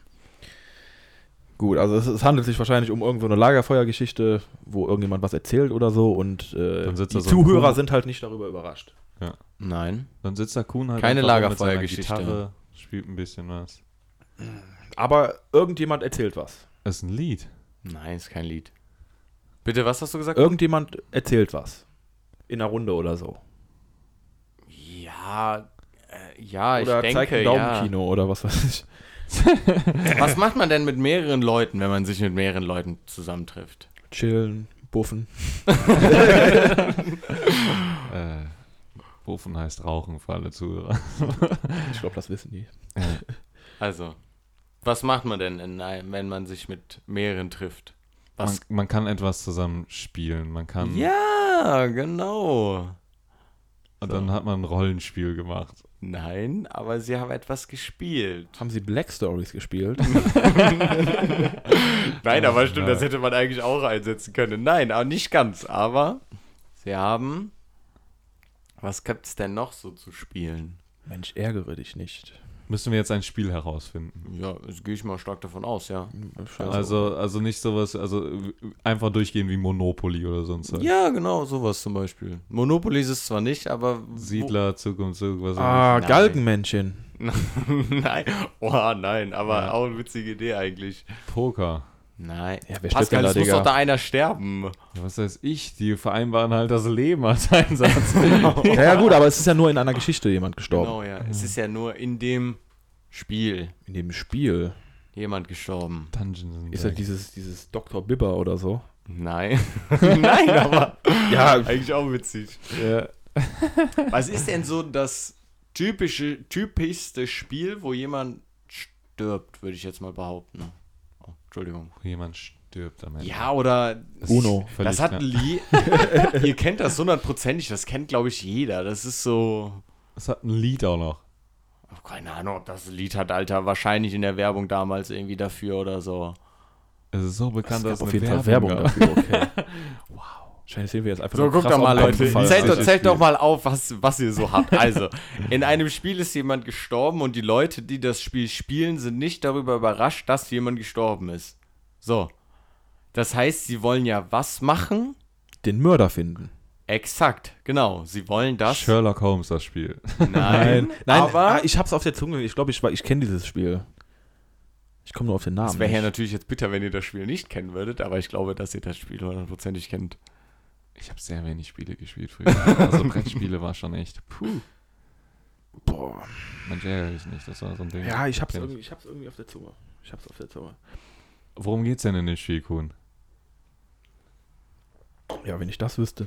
Speaker 3: Gut, also es, es handelt sich wahrscheinlich um irgend so eine Lagerfeuergeschichte, wo irgendjemand was erzählt oder so und äh,
Speaker 2: Dann sitzt
Speaker 3: die
Speaker 2: da so ein
Speaker 3: Zuhörer
Speaker 2: Kuh.
Speaker 3: sind halt nicht darüber überrascht.
Speaker 1: Nein.
Speaker 2: Dann sitzt der Kuhn halt
Speaker 1: Keine
Speaker 2: einfach rum
Speaker 1: Lagerfeuergeschichte.
Speaker 2: Mit seiner Gitarre, spielt ein bisschen was.
Speaker 3: Aber irgendjemand erzählt was.
Speaker 2: Es ist
Speaker 1: [LAUGHS]
Speaker 2: ein Lied.
Speaker 1: Nein, ist kein Lied. Bitte, was hast du
Speaker 2: Äh,
Speaker 1: gesagt?
Speaker 3: Irgendjemand erzählt was. In einer Runde oder so.
Speaker 1: Ja, äh,
Speaker 2: Ah,
Speaker 1: ja,
Speaker 3: oder
Speaker 1: ich
Speaker 3: zeigt
Speaker 1: denke,
Speaker 3: ein
Speaker 1: ja. [LAUGHS]
Speaker 3: Daumenkino oder was weiß ich.
Speaker 1: Was macht man denn mit mehreren Leuten, wenn man sich mit mehreren Leuten zusammentrifft?
Speaker 3: Chillen, buffen.
Speaker 2: Äh, Rufen heißt Rauchen für alle Zuhörer.
Speaker 3: Ich glaube, das wissen die.
Speaker 1: Also, was macht man denn, in, einem- wenn man sich mit mehreren trifft? [LAUGHS]
Speaker 2: Man,
Speaker 1: Was?
Speaker 2: man kann etwas zusammen spielen. Man kann.
Speaker 1: Ja, genau.
Speaker 2: Und dann hat man ein Rollenspiel gemacht.
Speaker 1: Nein, aber sie haben etwas gespielt.
Speaker 3: Haben sie Black
Speaker 2: [LAUGHS]
Speaker 3: Stories gespielt?
Speaker 1: Nein, aber stimmt,
Speaker 2: na.
Speaker 1: das hätte man eigentlich auch einsetzen können. Nein, aber nicht ganz. Aber sie haben. Was gibt's denn noch so zu spielen?
Speaker 3: Mensch, ärgere dich nicht.
Speaker 2: Müssen wir jetzt ein Spiel herausfinden.
Speaker 1: Ja, das gehe ich mal stark davon aus, ja.
Speaker 2: Also, also nicht sowas, also äh, einfach durchgehen wie Monopoly oder sonst was.
Speaker 1: Ja, genau, sowas zum Beispiel. Monopoly ist es zwar nicht, aber.
Speaker 2: Siedler, Zukunftszug, was
Speaker 3: ah,
Speaker 1: Nein.
Speaker 3: Galgenmännchen.
Speaker 1: [LAUGHS] nein. Oh, nein, aber
Speaker 2: Ja.
Speaker 1: auch eine witzige Idee eigentlich.
Speaker 2: auch Poker.
Speaker 1: Nein.
Speaker 3: Ja, wer stirbt
Speaker 1: Pascal,
Speaker 3: denn da,
Speaker 1: es muss
Speaker 3: Digga?
Speaker 1: doch da einer sterben.
Speaker 2: Ja, was weiß ich? Die vereinbaren halt das Leben als [LAUGHS]
Speaker 3: [LAUGHS]
Speaker 2: Einsatz.
Speaker 3: Ja, ja, gut, aber es ist ja nur in einer Geschichte jemand gestorben.
Speaker 1: Genau, ja. Es ist ja nur in dem Spiel
Speaker 3: In dem Spiel.
Speaker 1: jemand gestorben.
Speaker 2: Dungeons and
Speaker 3: Ist ja
Speaker 2: Dragons.
Speaker 3: dieses, dieses Dr. Bibber oder so.
Speaker 1: Nein. [LAUGHS] nein, aber.
Speaker 3: Ja,
Speaker 1: Eigentlich auch witzig.
Speaker 2: Ja.
Speaker 1: Was ist denn so das typische, typischste Spiel, wo jemand stirbt, würde ich jetzt mal behaupten. Oh, Entschuldigung.
Speaker 2: Wo Jemand stirbt am Ende.
Speaker 1: Ja, oder
Speaker 3: Uno.
Speaker 1: Das
Speaker 2: Völlig
Speaker 1: hat
Speaker 2: klar.
Speaker 1: ein Lied. [LAUGHS] Ihr kennt das hundertprozentig. Das kennt, glaube ich, jeder. Das ist so.
Speaker 2: Es hat ein Lied auch noch.
Speaker 1: Oh, keine Ahnung, ob das ein Lied hat, Alter. Wahrscheinlich in der Werbung damals irgendwie dafür oder so.
Speaker 2: Es ist so bekannt, dass
Speaker 3: es gab auf
Speaker 2: eine
Speaker 3: jeden Fall
Speaker 2: Werbung
Speaker 3: Werbung
Speaker 2: gab.
Speaker 3: dafür. Okay. wow. Wahrscheinlich sehen wir jetzt einfach
Speaker 1: So,
Speaker 3: nur
Speaker 1: guckt
Speaker 3: krass
Speaker 1: doch mal,
Speaker 3: auf den
Speaker 1: Leute.
Speaker 3: Kopf Also, fallen.
Speaker 1: Zählt doch,
Speaker 2: Das
Speaker 1: zählt doch
Speaker 2: Spiel.
Speaker 1: mal auf, was, was ihr so habt. Also, in einem Spiel ist jemand gestorben und die Leute, die das Spiel spielen, sind nicht darüber überrascht, dass jemand gestorben ist. So. Das heißt, sie wollen ja was machen?
Speaker 3: Den Mörder finden.
Speaker 1: Exakt, genau. Sie wollen das.
Speaker 2: Sherlock Holmes, das Spiel. [LAUGHS]
Speaker 1: Nein,
Speaker 3: Nein,
Speaker 1: aber
Speaker 3: ah, ich hab's auf der Zunge. Ich glaube, ich, war- ich kenne dieses Spiel. Ich komme nur auf den Namen.
Speaker 1: Es wäre ja
Speaker 3: nicht.
Speaker 1: natürlich jetzt bitter, wenn ihr das Spiel nicht kennen würdet, aber ich glaube, dass ihr das Spiel hundertprozentig kennt.
Speaker 2: Ich habe sehr wenig Spiele gespielt früher.
Speaker 3: [LAUGHS]
Speaker 2: Also Brettspiele war schon echt. Puh.
Speaker 3: Boah.
Speaker 2: Mensch, ärgere ich nicht. Das war so ein Ding.
Speaker 3: Ja, ich hab's,
Speaker 2: Kenn
Speaker 3: irgendwie, ich hab's irgendwie auf der Zunge. Ich hab's auf der Zunge.
Speaker 2: Worum geht's denn in den Spielkuhn?
Speaker 3: Ja, wenn ich das wüsste.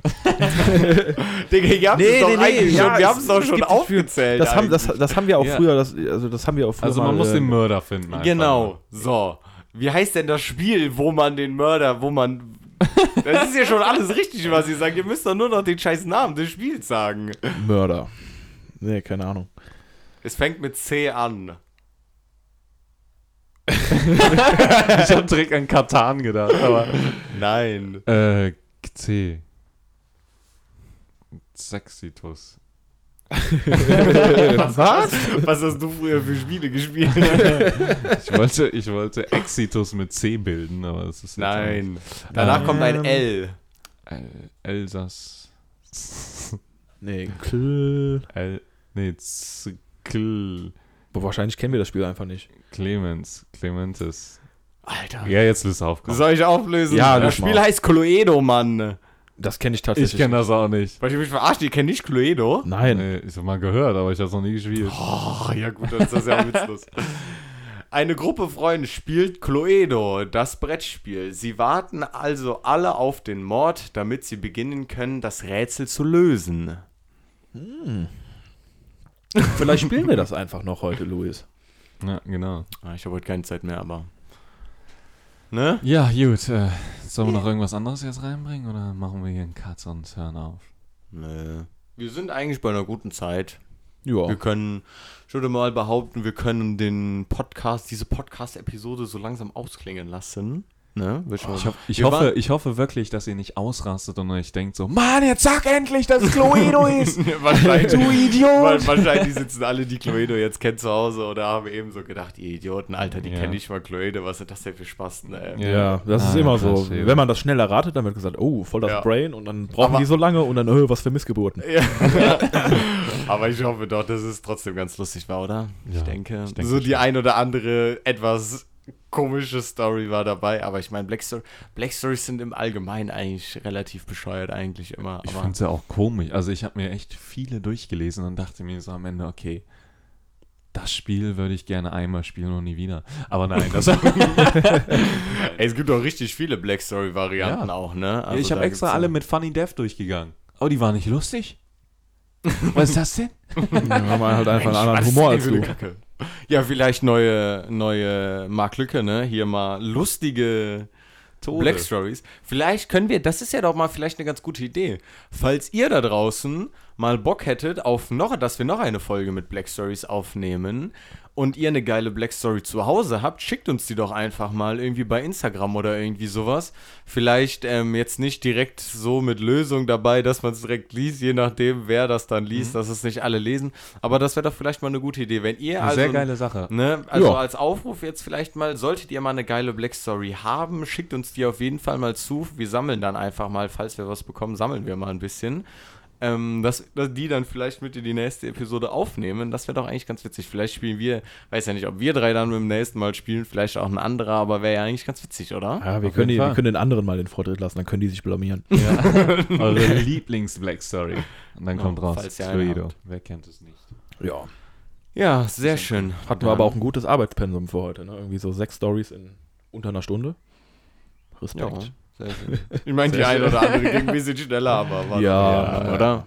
Speaker 1: Digga, ihr habt
Speaker 3: Nee,
Speaker 1: es doch
Speaker 3: nee, nee,
Speaker 1: eigentlich
Speaker 3: ja,
Speaker 1: schon, wir
Speaker 3: es-
Speaker 1: haben es doch
Speaker 3: es
Speaker 1: schon
Speaker 3: gibt das Spiel.
Speaker 1: aufgezählt.
Speaker 3: Das haben, das,
Speaker 1: eigentlich.
Speaker 3: das haben wir auch
Speaker 2: Ja.
Speaker 3: früher. Das, also, das haben wir auch früher.
Speaker 2: Also man muss
Speaker 3: äh,
Speaker 2: den Mörder finden. einfach.
Speaker 1: genau, so. Wie heißt denn das Spiel, wo man den Mörder, wo
Speaker 3: [LAUGHS]
Speaker 1: man... Das ist ja schon alles richtig, was ihr sagt. Ihr müsst doch nur noch den scheiß Namen des Spiels sagen.
Speaker 3: Mörder. Nee, keine Ahnung. [LAUGHS]
Speaker 1: Es fängt mit C an.
Speaker 2: ich habe direkt an Katan gedacht, aber.
Speaker 3: [LAUGHS]
Speaker 1: Nein.
Speaker 2: Äh, C. Sexitus.
Speaker 1: Was?
Speaker 4: Was hast du früher für Spiele gespielt?
Speaker 2: Ich wollte, ich wollte Exitus mit C bilden, aber das ist jetzt
Speaker 1: Nein. Danach kommt
Speaker 3: Ähm.
Speaker 1: ein L.
Speaker 2: El Elsass.
Speaker 3: Nee.
Speaker 2: El nee, Z Kl
Speaker 3: Boah, wahrscheinlich kennen wir das Spiel einfach nicht.
Speaker 2: Clemens. Clementes.
Speaker 1: Alter.
Speaker 2: Ja, jetzt löst auf. komm.
Speaker 1: Soll ich auflösen?
Speaker 3: Ja,
Speaker 1: das
Speaker 3: löst mal
Speaker 1: Spiel
Speaker 3: auf.
Speaker 1: heißt Cluedo, Mann.
Speaker 3: Das kenne ich
Speaker 2: Ich
Speaker 3: tatsächlich.
Speaker 2: kenne das auch nicht.
Speaker 1: Weil ich mich verarscht, ihr kennt nicht Cluedo?
Speaker 3: Nein.
Speaker 2: Nee, ich habe mal gehört, aber ich habe es noch nie gespielt.
Speaker 1: Oh, ja gut, dann ist das ja witzlos. [LAUGHS] Eine Gruppe Freunde spielt Cluedo, das Brettspiel. Sie warten also alle auf den Mord, damit sie beginnen können, das Rätsel zu lösen.
Speaker 3: Vielleicht spielen wir das einfach noch heute, Luis.
Speaker 2: Ja, genau.
Speaker 1: Ah, Ich habe heute keine Zeit mehr, aber. Ne?
Speaker 2: Ja, gut. Äh, sollen wir noch irgendwas anderes jetzt reinbringen oder machen wir hier einen Cuts und hören auf?
Speaker 1: Nö. Wir sind eigentlich bei einer guten Zeit.
Speaker 3: Ja.
Speaker 1: Wir können, ich würde mal behaupten, wir können den Podcast, diese Podcast-Episode so langsam ausklingen lassen. Ne? Wird schon- [LAUGHS]
Speaker 2: Ich, hoff, ich,
Speaker 1: Wir
Speaker 2: hoffe,
Speaker 1: waren-
Speaker 2: ich hoffe wirklich, dass ihr nicht ausrastet und euch denkt so, Mann, jetzt sag endlich, [LAUGHS] dass es Cluedo ist.
Speaker 1: wahrscheinlich,
Speaker 2: Du Idiot!
Speaker 1: Weil wahrscheinlich sitzen alle, die Cluedo jetzt kennen, zu Hause oder haben eben so gedacht, ihr Idioten, Alter, die
Speaker 2: Ja.
Speaker 1: kennen nicht mal Cluedo, was ist das denn für Spaß, ne?
Speaker 2: Ja.
Speaker 3: Ja, das ist
Speaker 2: Ah,
Speaker 3: immer
Speaker 2: krass,
Speaker 3: so.
Speaker 2: eben.
Speaker 3: Wenn man das schnell erratet, dann wird gesagt, oh, voll das
Speaker 1: Ja.
Speaker 3: Brain und dann brauchen
Speaker 1: Aber-
Speaker 3: die so lange und dann, öh, was
Speaker 1: [LAUGHS]
Speaker 3: für Missgeburten.
Speaker 2: [LAUGHS]
Speaker 1: Aber ich hoffe doch, dass es trotzdem ganz lustig war, oder? ich,
Speaker 2: Ja,
Speaker 1: denke,
Speaker 2: ich denke
Speaker 1: so die
Speaker 2: schon.
Speaker 1: ein oder andere etwas komische Story war dabei, aber ich meine, Black, Story, Black Stories sind im Allgemeinen eigentlich relativ bescheuert, eigentlich immer.
Speaker 2: Ich
Speaker 1: aber
Speaker 2: find's ja auch komisch. Also ich habe mir echt viele durchgelesen und dachte mir so am Ende, okay, das Spiel würde ich gerne einmal spielen und nie wieder. Aber nein, [LAUGHS] das
Speaker 1: Ey, es gibt doch richtig viele Black Story-Varianten
Speaker 2: halt Ja.
Speaker 1: auch, ne?
Speaker 2: Ja,
Speaker 1: Also
Speaker 2: ich habe
Speaker 1: da
Speaker 2: extra
Speaker 1: gibt's
Speaker 2: alle
Speaker 1: ja-
Speaker 2: mit Funny Death durchgegangen. Aber die waren nicht [LAUGHS] lustig. Was ist das denn?
Speaker 3: Dann haben wir halt einfach einen
Speaker 1: Mensch,
Speaker 3: anderen
Speaker 1: was
Speaker 3: Humor
Speaker 1: ist
Speaker 3: als
Speaker 1: denn
Speaker 3: du.
Speaker 1: für eine Kacke? Ja, vielleicht neue, neue Marktlücke, ne? Hier mal lustige
Speaker 2: Tode.
Speaker 1: Black Stories. Vielleicht können wir, das ist ja doch mal vielleicht eine ganz gute Idee. Falls ihr da draußen mal Bock hättet auf noch, dass wir noch eine Folge mit Black Stories aufnehmen und ihr eine geile Black Story zu Hause habt, schickt uns die doch einfach mal irgendwie bei Instagram oder irgendwie sowas. Vielleicht ähm, jetzt nicht direkt so mit Lösung dabei, dass man es direkt liest, je nachdem, wer das dann liest,
Speaker 2: Mhm.
Speaker 1: dass es nicht alle lesen. Aber das wäre doch vielleicht mal eine gute Idee. Wenn ihr
Speaker 2: Eine
Speaker 1: also
Speaker 2: sehr geile Sache.
Speaker 1: Ne? Also
Speaker 3: Ja.
Speaker 1: als Aufruf jetzt vielleicht mal, solltet ihr mal eine geile Black Story haben, schickt uns die auf jeden Fall mal zu. Wir sammeln dann einfach mal, falls wir was bekommen, sammeln wir mal ein bisschen. Ähm, dass, dass die dann vielleicht mit in die nächste Episode aufnehmen, das wäre doch eigentlich ganz witzig. Vielleicht spielen wir, weiß ja nicht, ob wir drei dann beim nächsten Mal spielen, vielleicht auch ein anderer, aber wäre ja eigentlich ganz witzig, oder?
Speaker 3: Ja, wir
Speaker 2: Auf
Speaker 3: können,
Speaker 2: jeden
Speaker 3: die, wir
Speaker 2: Fall.
Speaker 3: können den anderen mal den Vortritt lassen, dann können die sich blamieren.
Speaker 2: [LAUGHS] Eure Lieblings-Black Story. Und dann kommt raus.
Speaker 1: falls ihr eine
Speaker 2: Cluedo.
Speaker 1: habt.
Speaker 2: Wer kennt es nicht?
Speaker 3: Ja.
Speaker 1: Ja, sehr schön.
Speaker 3: Hatten wir aber auch ein gutes Arbeitspensum für heute, ne? Irgendwie so sechs Stories in unter einer Stunde.
Speaker 1: Ja,
Speaker 3: Respekt.
Speaker 1: sehr schön. [LAUGHS] Ich meine, die eine oder andere ging ein bisschen schneller, aber war
Speaker 3: Ja.
Speaker 1: ja, oder?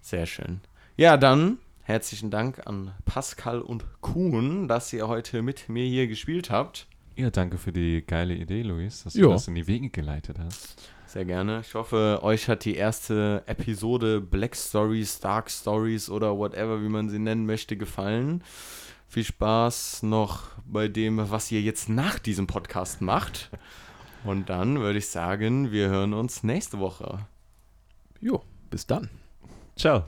Speaker 1: Sehr schön. Ja, dann herzlichen Dank an Pascal und Kuhn, dass ihr heute mit mir hier gespielt habt.
Speaker 2: Ja, danke für die geile Idee, Luis, dass
Speaker 3: Ja.
Speaker 2: du das in die Wege geleitet hast.
Speaker 1: Sehr gerne. Ich hoffe, euch hat die erste Episode Black Stories, Dark Stories oder whatever, wie man sie nennen möchte, gefallen. Viel Spaß noch bei dem, was ihr jetzt nach diesem Podcast macht. Und dann würde ich sagen, wir hören uns nächste Woche.
Speaker 3: Jo, bis dann.
Speaker 2: Ciao.